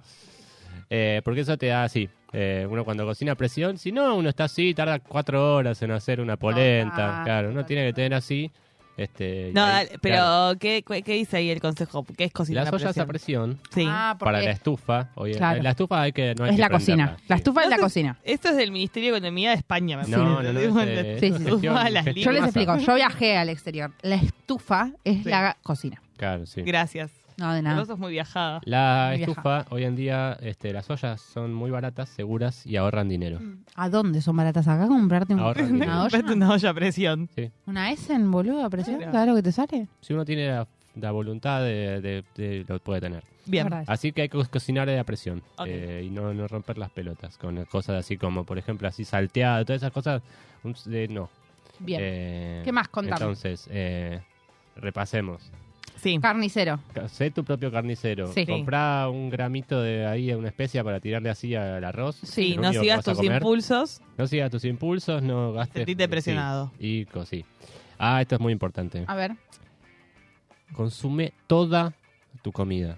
Speaker 5: Eh, porque eso te da así. eh, uno cuando cocina a presión, si no, uno está así, tarda cuatro horas en hacer una polenta.
Speaker 4: Total,
Speaker 5: claro, uno tiene que tener así. Este, y
Speaker 6: No,
Speaker 5: ahí,
Speaker 6: dale, pero
Speaker 5: claro.
Speaker 6: ¿qué, cu- qué dice ahí el consejo? ¿Qué es cocinar
Speaker 5: Las
Speaker 6: a
Speaker 5: ollas a
Speaker 6: presión?
Speaker 5: presión
Speaker 6: Sí.
Speaker 4: Ah, porque
Speaker 5: para la estufa. Oye,
Speaker 4: Claro.
Speaker 5: La estufa hay que, no hay
Speaker 4: es
Speaker 5: que
Speaker 4: la cocina.
Speaker 5: prenderla,
Speaker 4: La
Speaker 5: sí.
Speaker 4: estufa es la
Speaker 6: Entonces,
Speaker 4: cocina.
Speaker 6: Esto es del Ministerio de Economía de España, me
Speaker 5: No, no,
Speaker 6: parece.
Speaker 5: no,
Speaker 6: Digo,
Speaker 5: es, eh,
Speaker 4: Sí,
Speaker 5: es
Speaker 4: sí, sí.
Speaker 5: gestión-
Speaker 6: Suma las
Speaker 5: gestión
Speaker 4: Yo les
Speaker 5: masa.
Speaker 4: explico, yo viajé al exterior. La estufa es
Speaker 6: Sí.
Speaker 4: la cocina.
Speaker 5: Claro, sí.
Speaker 6: Gracias.
Speaker 4: No, de
Speaker 6: Vos
Speaker 4: nada.
Speaker 6: sos muy viajada.
Speaker 5: La
Speaker 4: Viaja.
Speaker 5: estufa, hoy en día, este, las ollas son muy baratas, seguras y ahorran dinero.
Speaker 4: ¿A dónde son baratas acá? ¿Comprarte un-
Speaker 5: Ahorra
Speaker 4: una
Speaker 5: dinero.
Speaker 4: olla?
Speaker 6: Compraste una olla a presión.
Speaker 4: ¿Una Essen, boludo? a presión?
Speaker 6: Claro.
Speaker 4: ¿Sabes lo que te sale?
Speaker 5: Si uno tiene la, la voluntad, de, de- de- lo puede tener.
Speaker 6: Bien.
Speaker 4: La verdad es-
Speaker 5: Así que hay que cocinar de la presión
Speaker 6: Ok.
Speaker 5: eh, y no, no romper las pelotas con cosas así como, por ejemplo, así salteado, todas esas cosas. un- de- no.
Speaker 4: Bien.
Speaker 5: Eh,
Speaker 4: ¿Qué más? Contame.
Speaker 5: Entonces, eh, repasemos.
Speaker 6: Sí.
Speaker 4: Carnicero.
Speaker 5: Ca- Sé tu propio carnicero.
Speaker 4: Sí.
Speaker 5: Comprá un gramito de ahí, una especia para tirarle así al arroz.
Speaker 4: Sí,
Speaker 6: Sí,
Speaker 5: Es lo
Speaker 6: no
Speaker 5: único que
Speaker 6: sigas
Speaker 5: vas a
Speaker 6: tus
Speaker 5: comer.
Speaker 6: impulsos.
Speaker 5: No sigas tus impulsos, no gastes.
Speaker 6: Sentite presionado.
Speaker 5: sí, y cosí. Ah, esto es muy importante.
Speaker 4: A ver.
Speaker 5: Consume toda tu comida.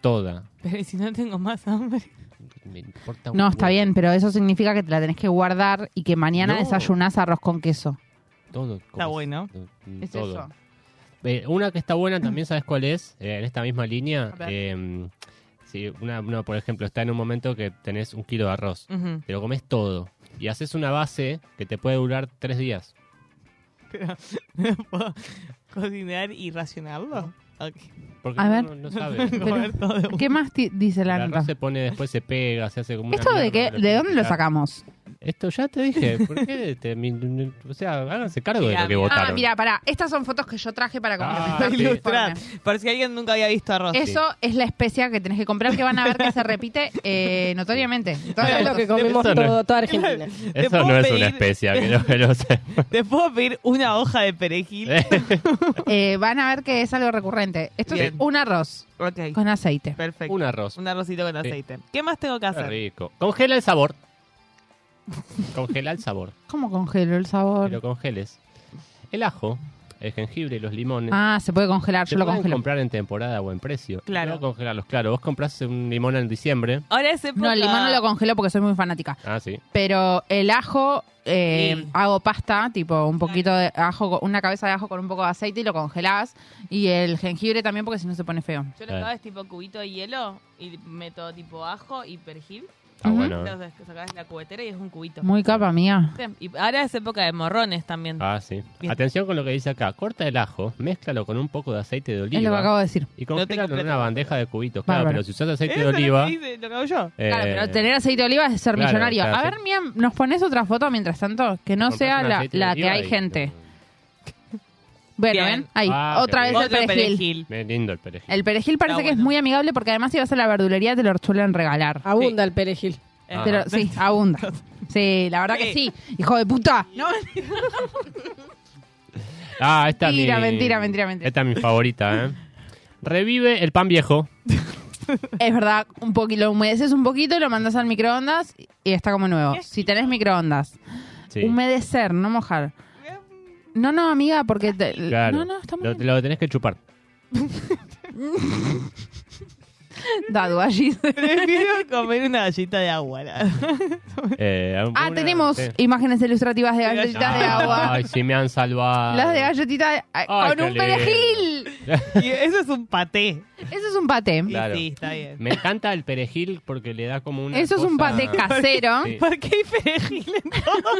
Speaker 5: Toda.
Speaker 6: Pero ¿y si no tengo más hambre.
Speaker 5: Me importa un
Speaker 4: No, está
Speaker 5: huevo.
Speaker 4: bien, pero eso significa que te la tenés que guardar y que mañana
Speaker 5: No.
Speaker 4: desayunás arroz con queso.
Speaker 5: Todo.
Speaker 6: Está bueno.
Speaker 4: Es
Speaker 5: Todo.
Speaker 4: eso.
Speaker 5: Eh, una que está buena también, ¿sabes cuál es? Eh, en esta misma línea.
Speaker 4: A ver.
Speaker 5: eh,
Speaker 4: Mm.
Speaker 5: si una, uno, por ejemplo, está en un momento que tenés un kilo de arroz.
Speaker 6: Ujú.
Speaker 5: Te lo comes todo. y haces una base que te puede durar tres días.
Speaker 6: Pero, ¿no puedo cocinar y racionarlo? Ok.
Speaker 5: Porque A uno ver. no sabe.
Speaker 6: Comer
Speaker 5: Pero-
Speaker 6: todo de
Speaker 4: ¿Qué más ti- dice la
Speaker 5: La arroz
Speaker 4: nota?
Speaker 5: se pone, después se pega, se hace como una
Speaker 4: ¿Esto de
Speaker 5: mierda,
Speaker 4: qué?
Speaker 5: lo
Speaker 4: ¿De dónde lo
Speaker 5: tiras.
Speaker 4: sacamos?
Speaker 5: Esto ya te dije. ¿Por qué? este, mi- mi- o sea, háganse cargo de lo que votaron. Ah,
Speaker 4: Ah, mira, pará. Estas son fotos que yo traje para complementar.
Speaker 5: sí.
Speaker 4: tu informe.
Speaker 6: Por si alguien nunca había visto
Speaker 5: Ah,
Speaker 6: arroz.
Speaker 4: Eso es la especia que tenés que comprar que van a ver que se repite eh, notoriamente. Entonces,
Speaker 11: es lo que comemos
Speaker 5: Eso no es-
Speaker 11: todo, toda Argentina.
Speaker 5: Eso no es una especia, que no, que no sé.
Speaker 6: ¿Te puedo pedir una hoja de perejil?
Speaker 4: eh, van a ver que es algo recurrente. Esto es
Speaker 6: Bien.
Speaker 4: un arroz
Speaker 6: Ok.
Speaker 4: con aceite.
Speaker 6: Perfecto.
Speaker 5: Un arroz.
Speaker 6: Un arrocito con aceite. ¿Qué más tengo que
Speaker 5: Qué
Speaker 6: hacer?
Speaker 5: rico. Congela el sabor. Congela el sabor.
Speaker 4: ¿Cómo congelo el sabor?
Speaker 5: Que lo congeles. El ajo, el jengibre, los limones.
Speaker 4: Ah, se puede congelar,
Speaker 5: Se
Speaker 4: yo lo
Speaker 5: pueden
Speaker 4: congelo.
Speaker 5: comprar en temporada o en precio.
Speaker 6: Claro.
Speaker 5: No congelarlos, claro. Vos compras un limón en diciembre.
Speaker 6: Ahora es época...
Speaker 4: No, el limón no lo congelo porque soy muy fanática.
Speaker 5: Ah, sí.
Speaker 4: Pero el ajo, eh,
Speaker 6: Sí.
Speaker 4: hago pasta, tipo un poquito de ajo, con- una cabeza de ajo con un poco de aceite y lo congelás. Y el jengibre también porque si no se pone feo.
Speaker 12: Yo lo que
Speaker 5: Claro.
Speaker 12: hago es tipo cubito de hielo y meto tipo ajo y perejil.
Speaker 5: Está
Speaker 4: Ujú.
Speaker 5: bueno. ¿eh?
Speaker 12: Los des- sacás de la cubetera y es un cubito.
Speaker 4: Muy capa mía.
Speaker 12: Sí.
Speaker 6: Y ahora es época de morrones también.
Speaker 5: Ah, sí.
Speaker 6: Bien.
Speaker 5: Atención con lo que dice acá. Corta el ajo, mézclalo con un poco de aceite de oliva.
Speaker 4: Es lo que acabo de decir.
Speaker 5: Y
Speaker 6: No te
Speaker 5: congélalo en
Speaker 6: completo.
Speaker 5: una bandeja de cubitos. Claro,
Speaker 4: Bárbaro.
Speaker 5: pero si usas aceite
Speaker 6: ¿Eso
Speaker 5: de
Speaker 6: es lo que
Speaker 5: oliva...
Speaker 6: hice, lo que hago yo?
Speaker 5: eh,
Speaker 4: Claro, pero tener aceite de oliva es ser
Speaker 5: claro,
Speaker 4: millonario.
Speaker 5: o sea,
Speaker 4: a ver,
Speaker 5: sí.
Speaker 4: Mía, ¿nos pones otra foto mientras tanto? Que no
Speaker 5: compras
Speaker 4: sea
Speaker 5: un
Speaker 4: la,
Speaker 5: aceite de
Speaker 4: la que
Speaker 5: oliva
Speaker 4: hay
Speaker 5: y-
Speaker 4: gente. Bueno,
Speaker 6: Bien.
Speaker 4: ¿ven? Ahí,
Speaker 5: Ah,
Speaker 4: otra
Speaker 5: qué
Speaker 4: vez
Speaker 5: bien.
Speaker 4: el perejil.
Speaker 5: Bien lindo el perejil.
Speaker 4: El perejil parece
Speaker 6: Está
Speaker 4: que es
Speaker 6: bueno.
Speaker 4: muy amigable porque además si vas a la verdulería te lo suelen regalar.
Speaker 11: Abunda el perejil.
Speaker 6: Eh,
Speaker 5: Ah.
Speaker 4: Pero sí, abunda. Sí, la verdad que sí. Hijo de puta. No,
Speaker 5: Ah, esta es
Speaker 4: Mentira,
Speaker 5: mi-
Speaker 4: mentira, mentira, mentira.
Speaker 5: Esta es mi favorita, ¿eh? Revive el pan viejo.
Speaker 4: Es verdad, un poquito, lo humedeces un poquito, lo mandas al microondas y está como nuevo. Si tenés microondas.
Speaker 5: Sí.
Speaker 4: Humedecer, no mojar. No, no, amiga, porque... te-
Speaker 5: Claro.
Speaker 4: No, no, está muy
Speaker 5: lo,
Speaker 4: bien.
Speaker 5: lo tenés que chupar.
Speaker 4: Dadu, allí.
Speaker 6: Prefiero comer una gallita de agua. la-
Speaker 5: Eh,
Speaker 4: Ah,
Speaker 5: una-
Speaker 4: tenemos
Speaker 5: sí.
Speaker 4: imágenes ilustrativas de galletitas de agua.
Speaker 5: Ay, si me han salvado.
Speaker 4: Las de galletitas eh, con
Speaker 5: qué
Speaker 4: un
Speaker 5: lindo.
Speaker 4: perejil.
Speaker 6: Y eso es un paté.
Speaker 4: Eso es un paté.
Speaker 6: Y
Speaker 5: Claro.
Speaker 6: Sí, está bien.
Speaker 5: Me encanta el perejil porque le da como una.
Speaker 4: Eso es un
Speaker 5: cosa-
Speaker 4: paté casero.
Speaker 5: Sí.
Speaker 6: ¿Por qué hay perejil en todo?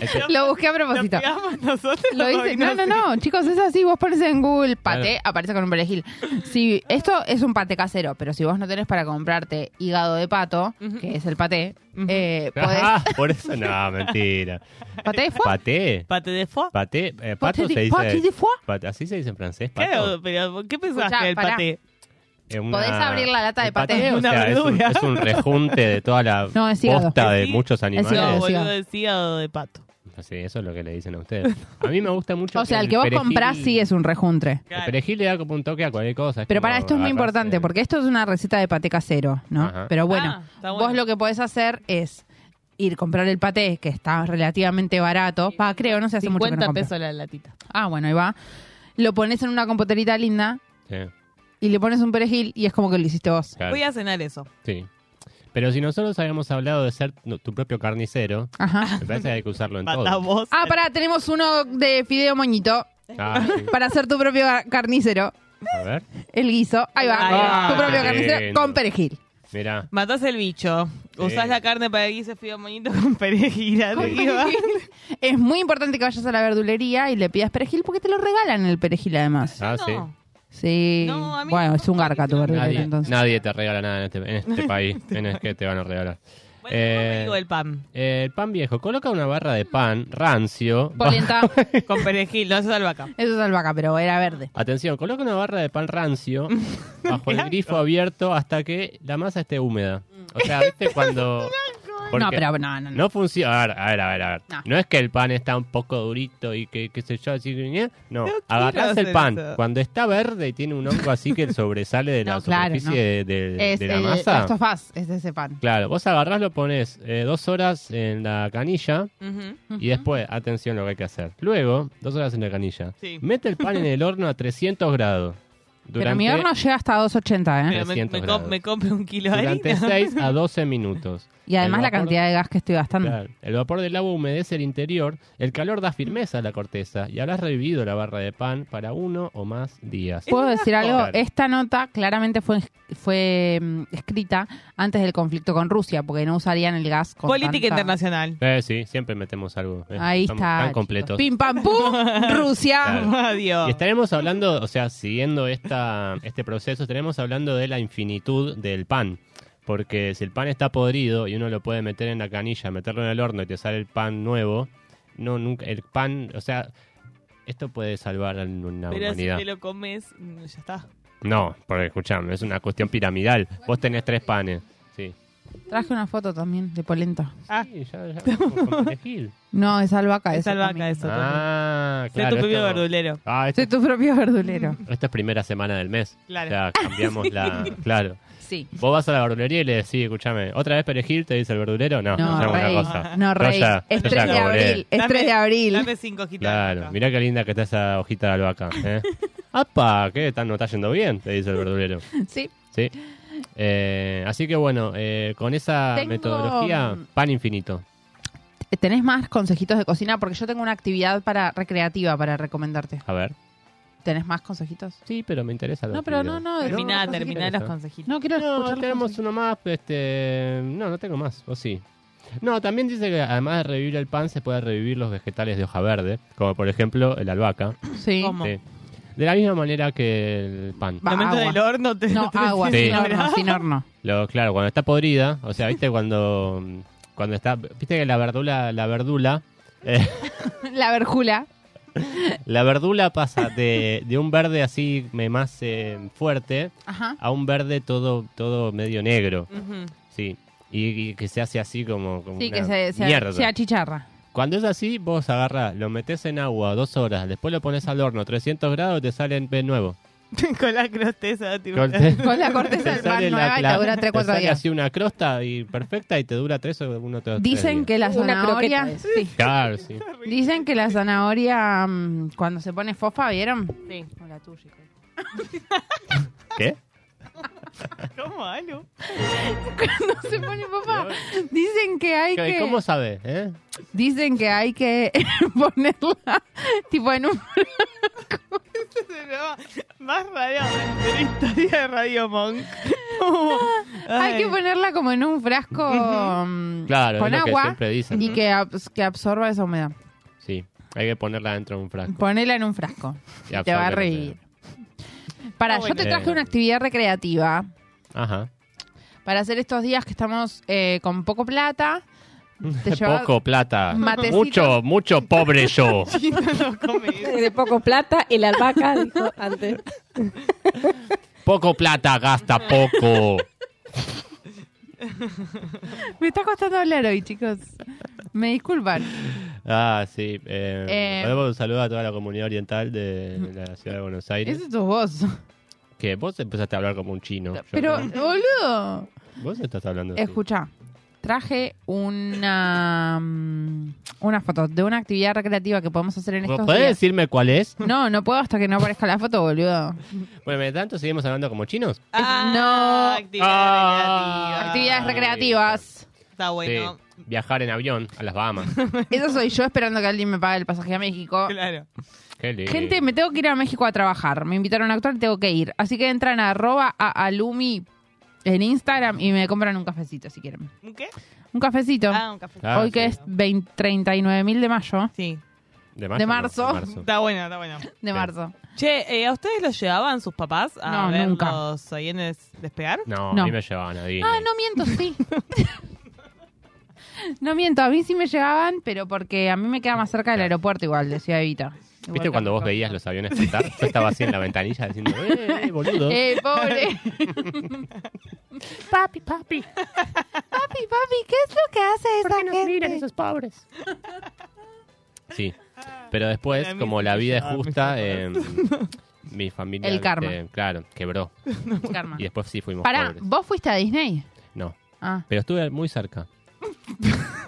Speaker 5: Es que-
Speaker 4: Lo busqué a
Speaker 6: ¿Lo
Speaker 4: propósito.
Speaker 6: pegamos nosotros?
Speaker 4: Lo hice-
Speaker 6: Ay,
Speaker 4: No, no,
Speaker 6: sé.
Speaker 4: no, chicos, es así. Vos pones en Google paté, aparece con un perejil. Si esto es un paté casero, pero si vos no tenés para comprarte hígado de pato, que es el paté, eh, podés.
Speaker 5: Ah, por eso no, mentira.
Speaker 4: ¿Paté de foie?
Speaker 5: Paté.
Speaker 6: ¿Paté de foie?
Speaker 5: Paté. eh, pato
Speaker 4: de-
Speaker 5: se dice.
Speaker 4: paté de foie.
Speaker 5: pat- así se dice en francés. Pato.
Speaker 6: Claro, pero ¿qué pensabas
Speaker 4: Escuchá,
Speaker 6: que era el
Speaker 4: pará.
Speaker 6: paté?
Speaker 5: Es una-
Speaker 4: podés abrir la lata de
Speaker 5: el
Speaker 4: paté.
Speaker 5: o
Speaker 6: Una
Speaker 5: sea, es, un,
Speaker 6: verdura.
Speaker 5: es un rejunte de toda la
Speaker 4: No, es hígado.
Speaker 5: posta de
Speaker 6: Sí,
Speaker 5: muchos animales.
Speaker 4: hígado,
Speaker 6: No,
Speaker 4: es
Speaker 6: boludo,
Speaker 4: hígado.
Speaker 6: de hígado de pato.
Speaker 5: Sí, eso es lo que le dicen a ustedes. A mí me gusta mucho.
Speaker 4: O sea, el que vos
Speaker 5: perejil-
Speaker 4: comprás sí es un rejuntre.
Speaker 5: El perejil le da como un toque a cualquier cosa.
Speaker 4: Pero
Speaker 5: como
Speaker 4: para esto es muy
Speaker 5: agarrarse-
Speaker 4: importante, porque esto es una receta de paté casero, ¿no?
Speaker 5: Ajá.
Speaker 4: Pero bueno,
Speaker 6: Ah, está
Speaker 4: vos
Speaker 6: bueno.
Speaker 4: lo que podés hacer es ir comprar el paté, que está relativamente barato. Pa, creo, no se hace mucho que
Speaker 6: 50
Speaker 4: no compro.
Speaker 6: pesos la latita.
Speaker 4: Ah, bueno, ahí va. Lo pones en una compoterita linda
Speaker 5: Sí,
Speaker 4: y le pones un perejil y es como que lo hiciste vos.
Speaker 5: claro.
Speaker 6: Voy a cenar eso.
Speaker 5: Sí. Pero si nosotros habíamos hablado de ser no, tu propio carnicero,
Speaker 4: Ajá.
Speaker 5: me parece que hay que usarlo en
Speaker 6: Matá
Speaker 5: todo.
Speaker 6: vos.
Speaker 4: Ah, pará, tenemos uno de fideo moñito
Speaker 5: Ah, sí.
Speaker 4: para hacer tu propio carnicero.
Speaker 5: A ver,
Speaker 4: El guiso. Ahí va.
Speaker 6: Ahí va.
Speaker 4: tu propio
Speaker 5: Qué
Speaker 4: carnicero
Speaker 5: lindo.
Speaker 4: con perejil.
Speaker 5: mira.
Speaker 6: Matás el bicho.
Speaker 5: Sí.
Speaker 6: Usás la carne para que se fideo moñito con perejil arriba.
Speaker 4: Es muy importante que vayas a la verdulería y le pidas perejil porque te lo regalan el perejil además.
Speaker 5: Ah, sí.
Speaker 6: No.
Speaker 4: Sí.
Speaker 6: No, a mí
Speaker 4: bueno,
Speaker 6: no.
Speaker 4: es un garca tu verdulería
Speaker 5: Nadie,
Speaker 4: entonces.
Speaker 5: nadie te regala nada en este, en este país. En el que te van a regalar.
Speaker 6: Bueno,
Speaker 5: Eh,
Speaker 6: yo me digo el pan.
Speaker 5: Eh, El pan viejo. Coloca una barra de pan rancio.
Speaker 4: Polenta.
Speaker 6: Con perejil, no eso es albahaca.
Speaker 4: Eso es albahaca, pero era verde.
Speaker 5: Atención, coloca una barra de pan rancio bajo el
Speaker 6: Blanco.
Speaker 5: grifo abierto hasta que la masa esté húmeda. O
Speaker 6: Mm.
Speaker 5: sea, ¿viste cuando...? Porque
Speaker 4: No, pero no, no, no.
Speaker 5: No funciona... A ver, a ver, a ver. a ver.
Speaker 4: No.
Speaker 5: No. es que el pan está un poco durito y que qué sé yo, así... ¿eh? No,
Speaker 6: quiero
Speaker 5: agarrás el
Speaker 6: hacer
Speaker 5: pan.
Speaker 6: eso.
Speaker 5: Cuando está verde y tiene un hongo así que sobresale de la
Speaker 4: No, claro,
Speaker 5: superficie de, de-
Speaker 4: Es
Speaker 5: de la
Speaker 4: el
Speaker 5: masa...
Speaker 4: Last of Us, Este, es de ese pan.
Speaker 5: Claro, vos agarrás, lo pones eh, dos horas en la canilla
Speaker 6: Ujú.
Speaker 5: y después, atención lo que hay que hacer. Luego, dos horas en la canilla.
Speaker 6: Sí.
Speaker 5: Mete el pan en el horno a 300 grados.
Speaker 4: Pero mi horno llega hasta 280, ¿eh?
Speaker 6: Pero Ah, me, me,
Speaker 5: 300
Speaker 6: co-
Speaker 5: grados.
Speaker 6: me compro un kilo de
Speaker 5: Durante
Speaker 6: harina.
Speaker 5: 6 a 12 minutos.
Speaker 4: Y además
Speaker 5: El
Speaker 4: la
Speaker 5: vapor-
Speaker 4: cantidad de gas que estoy gastando.
Speaker 5: Claro, El vapor del agua humedece el interior, el calor da firmeza a la corteza y habrás revivido la barra de pan para uno o más días.
Speaker 4: ¿Puedo decir algo?
Speaker 5: Claro.
Speaker 4: Esta nota claramente fue, fue mm, escrita antes del conflicto con Rusia, porque no usarían el gas con
Speaker 6: Política
Speaker 4: tanta-
Speaker 6: internacional.
Speaker 5: Eh, sí, siempre metemos algo. eh.
Speaker 4: Ahí
Speaker 5: Estamos
Speaker 4: está.
Speaker 5: Tan
Speaker 4: chicos.
Speaker 5: completos.
Speaker 4: Pim pam pum, Rusia.
Speaker 5: Claro. Y estaremos hablando, o sea, siguiendo esta, este proceso, estaremos hablando de la infinitud del pan. Porque si el pan está podrido y uno lo puede meter en la canilla, meterlo en el horno y te sale el pan nuevo, no, nunca, el pan, o sea, esto puede salvar a una
Speaker 6: Pero si
Speaker 5: humanidad.
Speaker 6: te lo comes, mm, ya está.
Speaker 5: No, porque escuchame, es una cuestión piramidal. Vos tenés tres panes, sí.
Speaker 4: Traje una foto también de polenta.
Speaker 6: Ah.
Speaker 4: No, es albahaca.
Speaker 6: Es
Speaker 4: eso
Speaker 6: albahaca
Speaker 4: también.
Speaker 6: eso también.
Speaker 5: Ah,
Speaker 6: Sé
Speaker 5: claro.
Speaker 6: tu propio
Speaker 5: esto-
Speaker 6: verdulero.
Speaker 5: Ah, esto,
Speaker 4: Soy tu propio verdulero.
Speaker 5: esto es primera semana del mes.
Speaker 4: Claro.
Speaker 5: O sea, cambiamos
Speaker 4: Sí.
Speaker 5: la... Claro.
Speaker 4: Sí.
Speaker 5: Vos vas a la verdulería y le decís, escúchame, ¿otra vez perejil? Te dice el verdulero. No,
Speaker 4: No,
Speaker 5: es una
Speaker 4: rey.
Speaker 5: cosa.
Speaker 4: No,
Speaker 5: Yo
Speaker 4: rey.
Speaker 5: ya-
Speaker 4: Es
Speaker 5: yo
Speaker 4: 3
Speaker 5: ya
Speaker 4: de
Speaker 5: cobré.
Speaker 4: abril. Es 3 de abril.
Speaker 6: Dame cinco hojitas.
Speaker 5: Claro, mirá qué linda que está esa hojita de albahaca. ¿eh? ¡Apa! ¿Qué? Tan, ¿No está yendo bien? Te dice el verdulero.
Speaker 4: Sí.
Speaker 5: Sí. Eh, así que bueno, eh, con esa
Speaker 4: Tengo,
Speaker 5: metodología,
Speaker 4: mm,
Speaker 5: pan infinito.
Speaker 4: ¿Tenés más consejitos de cocina? Porque yo tengo una actividad para recreativa para recomendarte.
Speaker 5: A ver.
Speaker 4: ¿Tenés más consejitos?
Speaker 5: Sí, pero me interesa. la
Speaker 4: No, pero
Speaker 5: actividad.
Speaker 4: no, no.
Speaker 6: Terminá,
Speaker 4: no,
Speaker 6: terminá
Speaker 4: consejitos.
Speaker 6: los consejitos.
Speaker 4: No, quiero
Speaker 5: No,
Speaker 4: escuchar los
Speaker 5: tenemos uno más, este... No, no tengo más, o sí. No, también dice que además de revivir el pan, se puede revivir los vegetales de hoja verde, como por ejemplo el albahaca.
Speaker 4: Sí. ¿Cómo?
Speaker 5: Sí. De la misma manera que el pan.
Speaker 4: Va,
Speaker 6: Lo meto en
Speaker 4: agua.
Speaker 6: el horno. Te,
Speaker 4: No,
Speaker 6: te-
Speaker 4: agua,
Speaker 5: Sí.
Speaker 4: sin horno, sin horno.
Speaker 5: Lo, claro, cuando está podrida, o sea, viste cuando cuando está, viste que la verdula, la verdula, eh,
Speaker 4: La verjula.
Speaker 5: la verdula pasa de, de un verde así me- más eh, fuerte
Speaker 4: Ajá.
Speaker 5: a un verde todo todo medio negro,
Speaker 4: Ujú.
Speaker 5: sí, y, y que se hace así como, como
Speaker 4: Sí, que
Speaker 5: una
Speaker 4: se, se,
Speaker 5: mierda.
Speaker 4: se achicharra.
Speaker 5: Cuando es así, vos agarrás, lo metes en agua dos horas, después lo pones al horno 300 grados y te salen de nuevo.
Speaker 6: Con la crosteza. tipo.
Speaker 5: Corte-
Speaker 4: Con la corteza
Speaker 5: Te
Speaker 4: del pan
Speaker 5: sale la-
Speaker 4: nueva y
Speaker 5: la-
Speaker 4: te dura 3, 4
Speaker 5: sale
Speaker 4: días.
Speaker 5: así una crosta y perfecta y te dura tres o uno te
Speaker 4: Dicen que la
Speaker 11: Una croqueta
Speaker 4: zanahoria...
Speaker 11: es.
Speaker 4: Sí.
Speaker 5: Claro, sí.
Speaker 4: Dicen que la zanahoria mm, cuando se pone fofa, ¿vieron?
Speaker 6: Sí.
Speaker 4: la tuya. hijo.
Speaker 5: ¿Qué?
Speaker 6: ¿Cómo, Alu?
Speaker 4: Cuando se pone fofa, dicen que hay que
Speaker 5: ¿Cómo sabe? eh?
Speaker 4: dicen que hay que ponerla tipo en un
Speaker 6: Este es el programa más raro de la historia de Radio Monk. No.
Speaker 4: hay que
Speaker 6: Ay.
Speaker 4: ponerla como en un frasco mm,
Speaker 5: Claro, es
Speaker 4: con
Speaker 5: lo que
Speaker 4: agua
Speaker 5: siempre dicen,
Speaker 4: y
Speaker 5: ¿no?
Speaker 4: que, abs- que absorba esa humedad.
Speaker 5: Sí, hay que ponerla dentro de un frasco.
Speaker 4: Ponela en un frasco.
Speaker 5: Y absorbe
Speaker 4: te va a
Speaker 5: la
Speaker 4: revivir. Para,
Speaker 6: Está
Speaker 4: yo te
Speaker 5: bueno.
Speaker 4: traje
Speaker 5: Eh.
Speaker 4: una actividad recreativa
Speaker 5: Ajá.
Speaker 4: para hacer estos días que estamos eh, con poco plata. Te llevaba-
Speaker 5: Poco plata.
Speaker 4: Matecito.
Speaker 5: Mucho, mucho pobre yo.
Speaker 11: De poco plata y la albahaca, dijo antes.
Speaker 5: Poco plata gasta poco.
Speaker 4: Me está costando hablar hoy, chicos. Me disculpan.
Speaker 5: Ah, sí. Eh,
Speaker 4: Eh,
Speaker 5: podemos saludar a toda la comunidad oriental de la ciudad de Buenos Aires.
Speaker 4: Ese sos vos.
Speaker 5: Que vos empezaste a hablar como un chino. Yo
Speaker 4: Pero,
Speaker 5: no.
Speaker 4: boludo.
Speaker 5: Vos estás hablando así.
Speaker 4: Escucha, traje una mm, una foto de una actividad recreativa que podemos hacer en estos
Speaker 5: ¿Podés
Speaker 4: días.
Speaker 5: decirme cuál es?
Speaker 4: No, no puedo hasta que no aparezca la foto, boludo.
Speaker 5: Bueno, mientras tanto seguimos hablando como chinos.
Speaker 4: no.
Speaker 5: Ah.
Speaker 6: Actividad
Speaker 4: Actividades
Speaker 6: Ah, recreativa.
Speaker 4: recreativas.
Speaker 6: Está bueno.
Speaker 5: Sí, viajar en avión a las Bahamas.
Speaker 4: Eso soy yo esperando que alguien me pague el pasaje a México.
Speaker 6: Claro.
Speaker 5: Qué lindo.
Speaker 4: Gente, me tengo que ir a México a trabajar. Me invitaron a actuar y tengo que ir. Así que entran a arroba a alumi en Instagram y me compran un cafecito si quieren.
Speaker 6: ¿Un qué?
Speaker 4: Un cafecito.
Speaker 6: Ah, un café.
Speaker 5: Ah,
Speaker 4: Hoy
Speaker 5: sí.
Speaker 4: que es 20 39 mil de mayo.
Speaker 6: Sí.
Speaker 5: De
Speaker 4: de
Speaker 5: no,
Speaker 4: marzo.
Speaker 5: de marzo.
Speaker 6: Está bueno, está bueno.
Speaker 4: De marzo.
Speaker 6: Che, eh, ¿a ustedes los llevaban sus papás a
Speaker 4: No,
Speaker 6: ver
Speaker 4: nunca.
Speaker 6: los aviones despegar?
Speaker 5: No,
Speaker 4: No.
Speaker 5: a mí me llevaban a Disney.
Speaker 4: Ah, no miento, sí. no miento, a mí sí me llegaban, pero porque a mí me queda más cerca del aeropuerto igual, decía Evita. Igual
Speaker 5: ¿Viste
Speaker 4: que
Speaker 5: cuando vos veías los aviones saltar? Yo estaba así en la ventanilla diciendo, ¡eh, eh, boludo!
Speaker 4: ¡Eh, pobre! papi, papi. Papi, papi, ¿qué es lo que hace esa gente? esos pobres?
Speaker 5: Sí. Pero después,
Speaker 6: A mí
Speaker 5: como
Speaker 6: sí
Speaker 5: la
Speaker 6: me
Speaker 5: vida es
Speaker 6: llevaban mis
Speaker 5: justa, eh, mi familia.
Speaker 4: El karma.
Speaker 5: eh, claro, quebró.
Speaker 4: Karma.
Speaker 5: Y después sí fuimos
Speaker 4: Pará,
Speaker 5: pobres.
Speaker 4: ¿vos fuiste a Disney?
Speaker 5: No.
Speaker 4: Ah,
Speaker 5: Pero estuve muy cerca.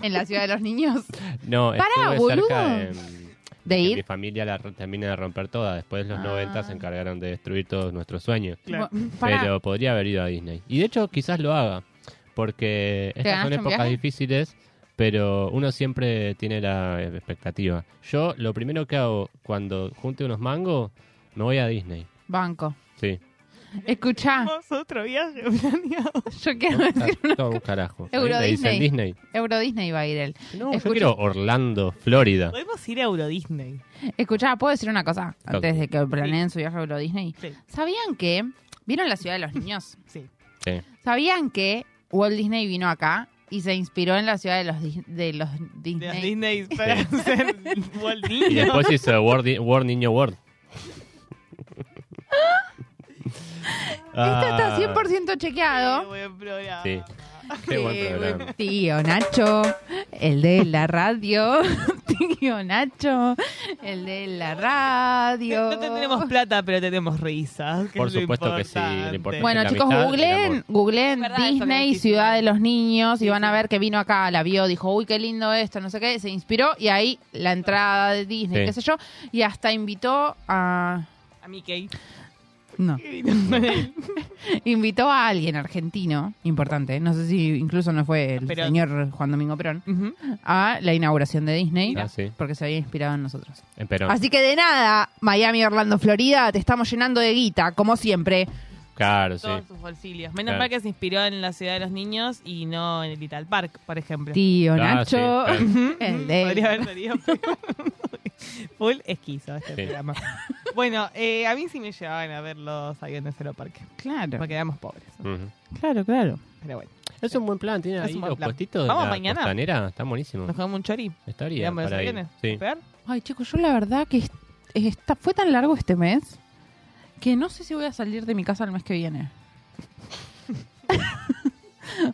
Speaker 4: en la ciudad de los niños.
Speaker 5: No,
Speaker 4: Pará,
Speaker 5: estuve
Speaker 4: boludo.
Speaker 5: cerca. en-
Speaker 4: De
Speaker 5: que
Speaker 4: ir.
Speaker 5: Mi familia la re- termina de romper toda. Después los
Speaker 4: Ah.
Speaker 5: 90 se encargaron de destruir todos nuestros sueños.
Speaker 4: Claro. Bueno, pará.
Speaker 5: Pero podría haber ido a Disney. Y de hecho, quizás lo haga. Porque estas
Speaker 4: ganaste
Speaker 5: son
Speaker 4: un
Speaker 5: épocas
Speaker 4: viaje?
Speaker 5: difíciles, pero uno siempre tiene la expectativa. Yo lo primero que hago cuando junte unos mangos, me voy a Disney.
Speaker 4: Banco.
Speaker 5: Sí.
Speaker 4: Escuchá.
Speaker 6: otro viaje planeado.
Speaker 4: Yo quiero
Speaker 5: Ah.
Speaker 4: decir una
Speaker 5: Todo un carajo.
Speaker 4: cosa. Euro
Speaker 5: Le dicen
Speaker 4: Disney.
Speaker 5: Disney.
Speaker 4: Euro Disney va a ir él.
Speaker 5: No, Yo quiero Orlando, Florida.
Speaker 6: Podemos ir a Euro Disney.
Speaker 4: Escuchá, ¿puedo decir una cosa? Antes de que planeen su viaje a Euro Disney.
Speaker 6: Sí.
Speaker 4: ¿Sabían que... ¿Vieron la ciudad de los niños?
Speaker 6: Sí.
Speaker 5: Sí.
Speaker 4: ¿Sabían que Walt Disney vino acá y se inspiró en la ciudad de los, Dis- de los Disney?
Speaker 6: Disney para
Speaker 5: Sí.
Speaker 6: hacer Walt Disney.
Speaker 5: Y después hizo World, Di- World Niño World.
Speaker 4: Esto
Speaker 5: Ah,
Speaker 4: está 100% chequeado.
Speaker 5: Sí. Qué buen programa.
Speaker 4: Tío Nacho, el de la radio. Tío Nacho, el de la radio.
Speaker 6: No tenemos plata, pero tenemos risas. que
Speaker 5: Por
Speaker 6: es lo
Speaker 5: supuesto que sí, lo
Speaker 6: importante.
Speaker 5: importante
Speaker 4: Bueno,
Speaker 5: la
Speaker 4: chicos,
Speaker 5: amistad y el
Speaker 4: googleen,
Speaker 5: amor.
Speaker 4: googleen
Speaker 6: verdad, eso que
Speaker 4: Disney,
Speaker 6: dijiste.
Speaker 4: Ciudad de los Niños, y van a ver que vino acá, la vio, dijo, uy, qué lindo esto, no sé qué, se inspiró, y ahí la entrada de Disney,
Speaker 5: Sí.
Speaker 4: qué sé yo, y hasta invitó a...
Speaker 6: A Mickey.
Speaker 4: No. invitó a alguien argentino, importante, no sé si incluso no fue el
Speaker 6: Perón.
Speaker 4: señor Juan Domingo Perón, a la inauguración de Disney,
Speaker 5: Ah, sí.
Speaker 4: porque se había inspirado en nosotros.
Speaker 5: En Perón.
Speaker 4: Así que de nada, Miami, Orlando, Florida, te estamos llenando de guita, como siempre.
Speaker 5: Claro, sí.
Speaker 6: Todos sus bolsillos. Menos
Speaker 5: Claro.
Speaker 6: mal que se inspiró en la ciudad de los niños y no en el Little Park, por ejemplo.
Speaker 4: Tío
Speaker 5: Ah,
Speaker 4: Nacho,
Speaker 5: sí, eh. claro.
Speaker 4: el de-
Speaker 6: Podría haber salido peor. Full esquizo este
Speaker 5: Sí.
Speaker 6: programa. Bueno, eh, a mí sí me llevaban a ver los aviones de Aeroparque.
Speaker 4: Claro.
Speaker 6: Porque éramos pobres.
Speaker 5: Ujú.
Speaker 4: Claro, claro.
Speaker 6: Pero bueno,
Speaker 5: Es un buen plan, tiene
Speaker 6: Es
Speaker 5: ahí
Speaker 6: un buen
Speaker 5: los
Speaker 6: plan.
Speaker 5: puestitos de
Speaker 6: Vamos
Speaker 5: la
Speaker 6: mañana.
Speaker 5: costanera, está buenísimo.
Speaker 6: nos jugamos un chori.
Speaker 5: Estaría
Speaker 6: Miramos los
Speaker 5: para ir.
Speaker 6: aviones.
Speaker 5: Sí.
Speaker 6: ¿Pegar?
Speaker 4: Ay, chicos, yo la verdad que est- está, fue tan largo este mes que no sé si voy a salir de mi casa el mes que viene.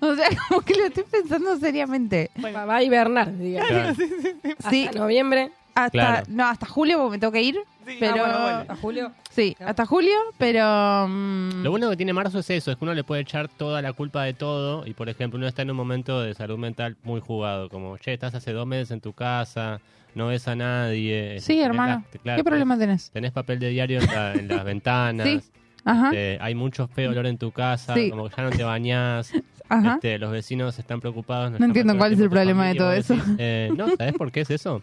Speaker 4: o sea, como que lo estoy pensando seriamente.
Speaker 11: Va a hibernar, digamos.
Speaker 5: Claro.
Speaker 4: Sí.
Speaker 11: Hasta noviembre.
Speaker 4: Hasta,
Speaker 5: Claro.
Speaker 4: No, hasta julio porque me tengo que ir. pero,
Speaker 11: Ah, bueno, bueno. Hasta julio.
Speaker 4: Sí, hasta julio, pero... mm,
Speaker 5: Lo bueno que tiene marzo es eso, es que uno le puede echar toda la culpa de todo y, por ejemplo, uno está en un momento de salud mental muy jugado, como, che, estás hace dos meses en tu casa, no ves a nadie.
Speaker 4: Sí,
Speaker 5: tenés
Speaker 4: hermano.
Speaker 5: la- claro,
Speaker 4: ¿Qué problema tenés?
Speaker 5: Tenés papel de diario en, la- en las ventanas.
Speaker 4: Sí. Ajá,
Speaker 5: este, hay mucho feo olor en tu casa,
Speaker 4: Sí.
Speaker 5: como que ya no te bañás,
Speaker 4: ajá.
Speaker 5: este, los vecinos están preocupados.
Speaker 4: No entiendo cuál es el problema de todo eso.
Speaker 5: Eh, no, ¿sabes por qué es eso?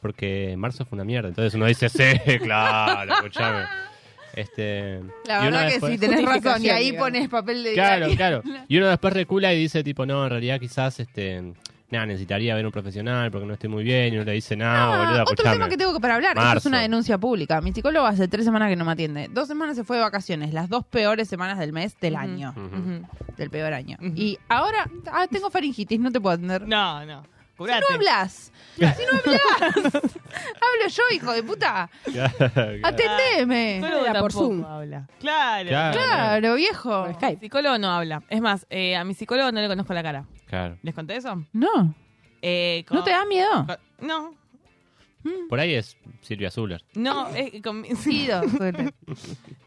Speaker 5: Porque marzo fue una mierda. Entonces uno dice, sí, claro, escuchame. Este,
Speaker 4: La
Speaker 5: y uno
Speaker 4: verdad que
Speaker 5: después-
Speaker 4: sí, tenés razón. Y
Speaker 11: Justificación,
Speaker 4: ahí
Speaker 11: digamos.
Speaker 4: pones papel de
Speaker 5: Claro,
Speaker 4: diario.
Speaker 5: claro. Y uno después recula y dice, tipo, no, en realidad quizás, este, nada, necesitaría ver un profesional porque no estoy muy bien. Y uno le dice, no,
Speaker 4: Ah,
Speaker 5: boludo,
Speaker 4: otro
Speaker 5: escuchame.
Speaker 4: tema que tengo que para hablar, esto es
Speaker 5: Marzo.
Speaker 4: una denuncia pública. Mi psicólogo hace tres semanas que no me atiende. Dos semanas se fue de vacaciones, las dos peores semanas del mes del año,
Speaker 5: Ujú.
Speaker 4: del peor año. Y ahora ah, tengo faringitis, no te puedo atender.
Speaker 6: No, no.
Speaker 4: Si
Speaker 6: Curate.
Speaker 4: no hablas, si no hablas, hablo yo, hijo de puta. Atendeme.
Speaker 6: Solo
Speaker 11: Habla
Speaker 6: tampoco
Speaker 11: por Zoom.
Speaker 6: habla. Claro.
Speaker 5: Claro, claro.
Speaker 4: Claro, viejo.
Speaker 11: Por
Speaker 6: El
Speaker 11: Skype.
Speaker 6: psicólogo no habla. Es más, eh, a mi psicólogo no le conozco la cara.
Speaker 5: Claro.
Speaker 6: ¿Les conté eso?
Speaker 4: No,
Speaker 6: Eh, con-
Speaker 4: no te da miedo.
Speaker 6: con- No,
Speaker 5: Por ahí es Silvia Zuller.
Speaker 6: no. eh, con mi-
Speaker 4: Sí, doctor.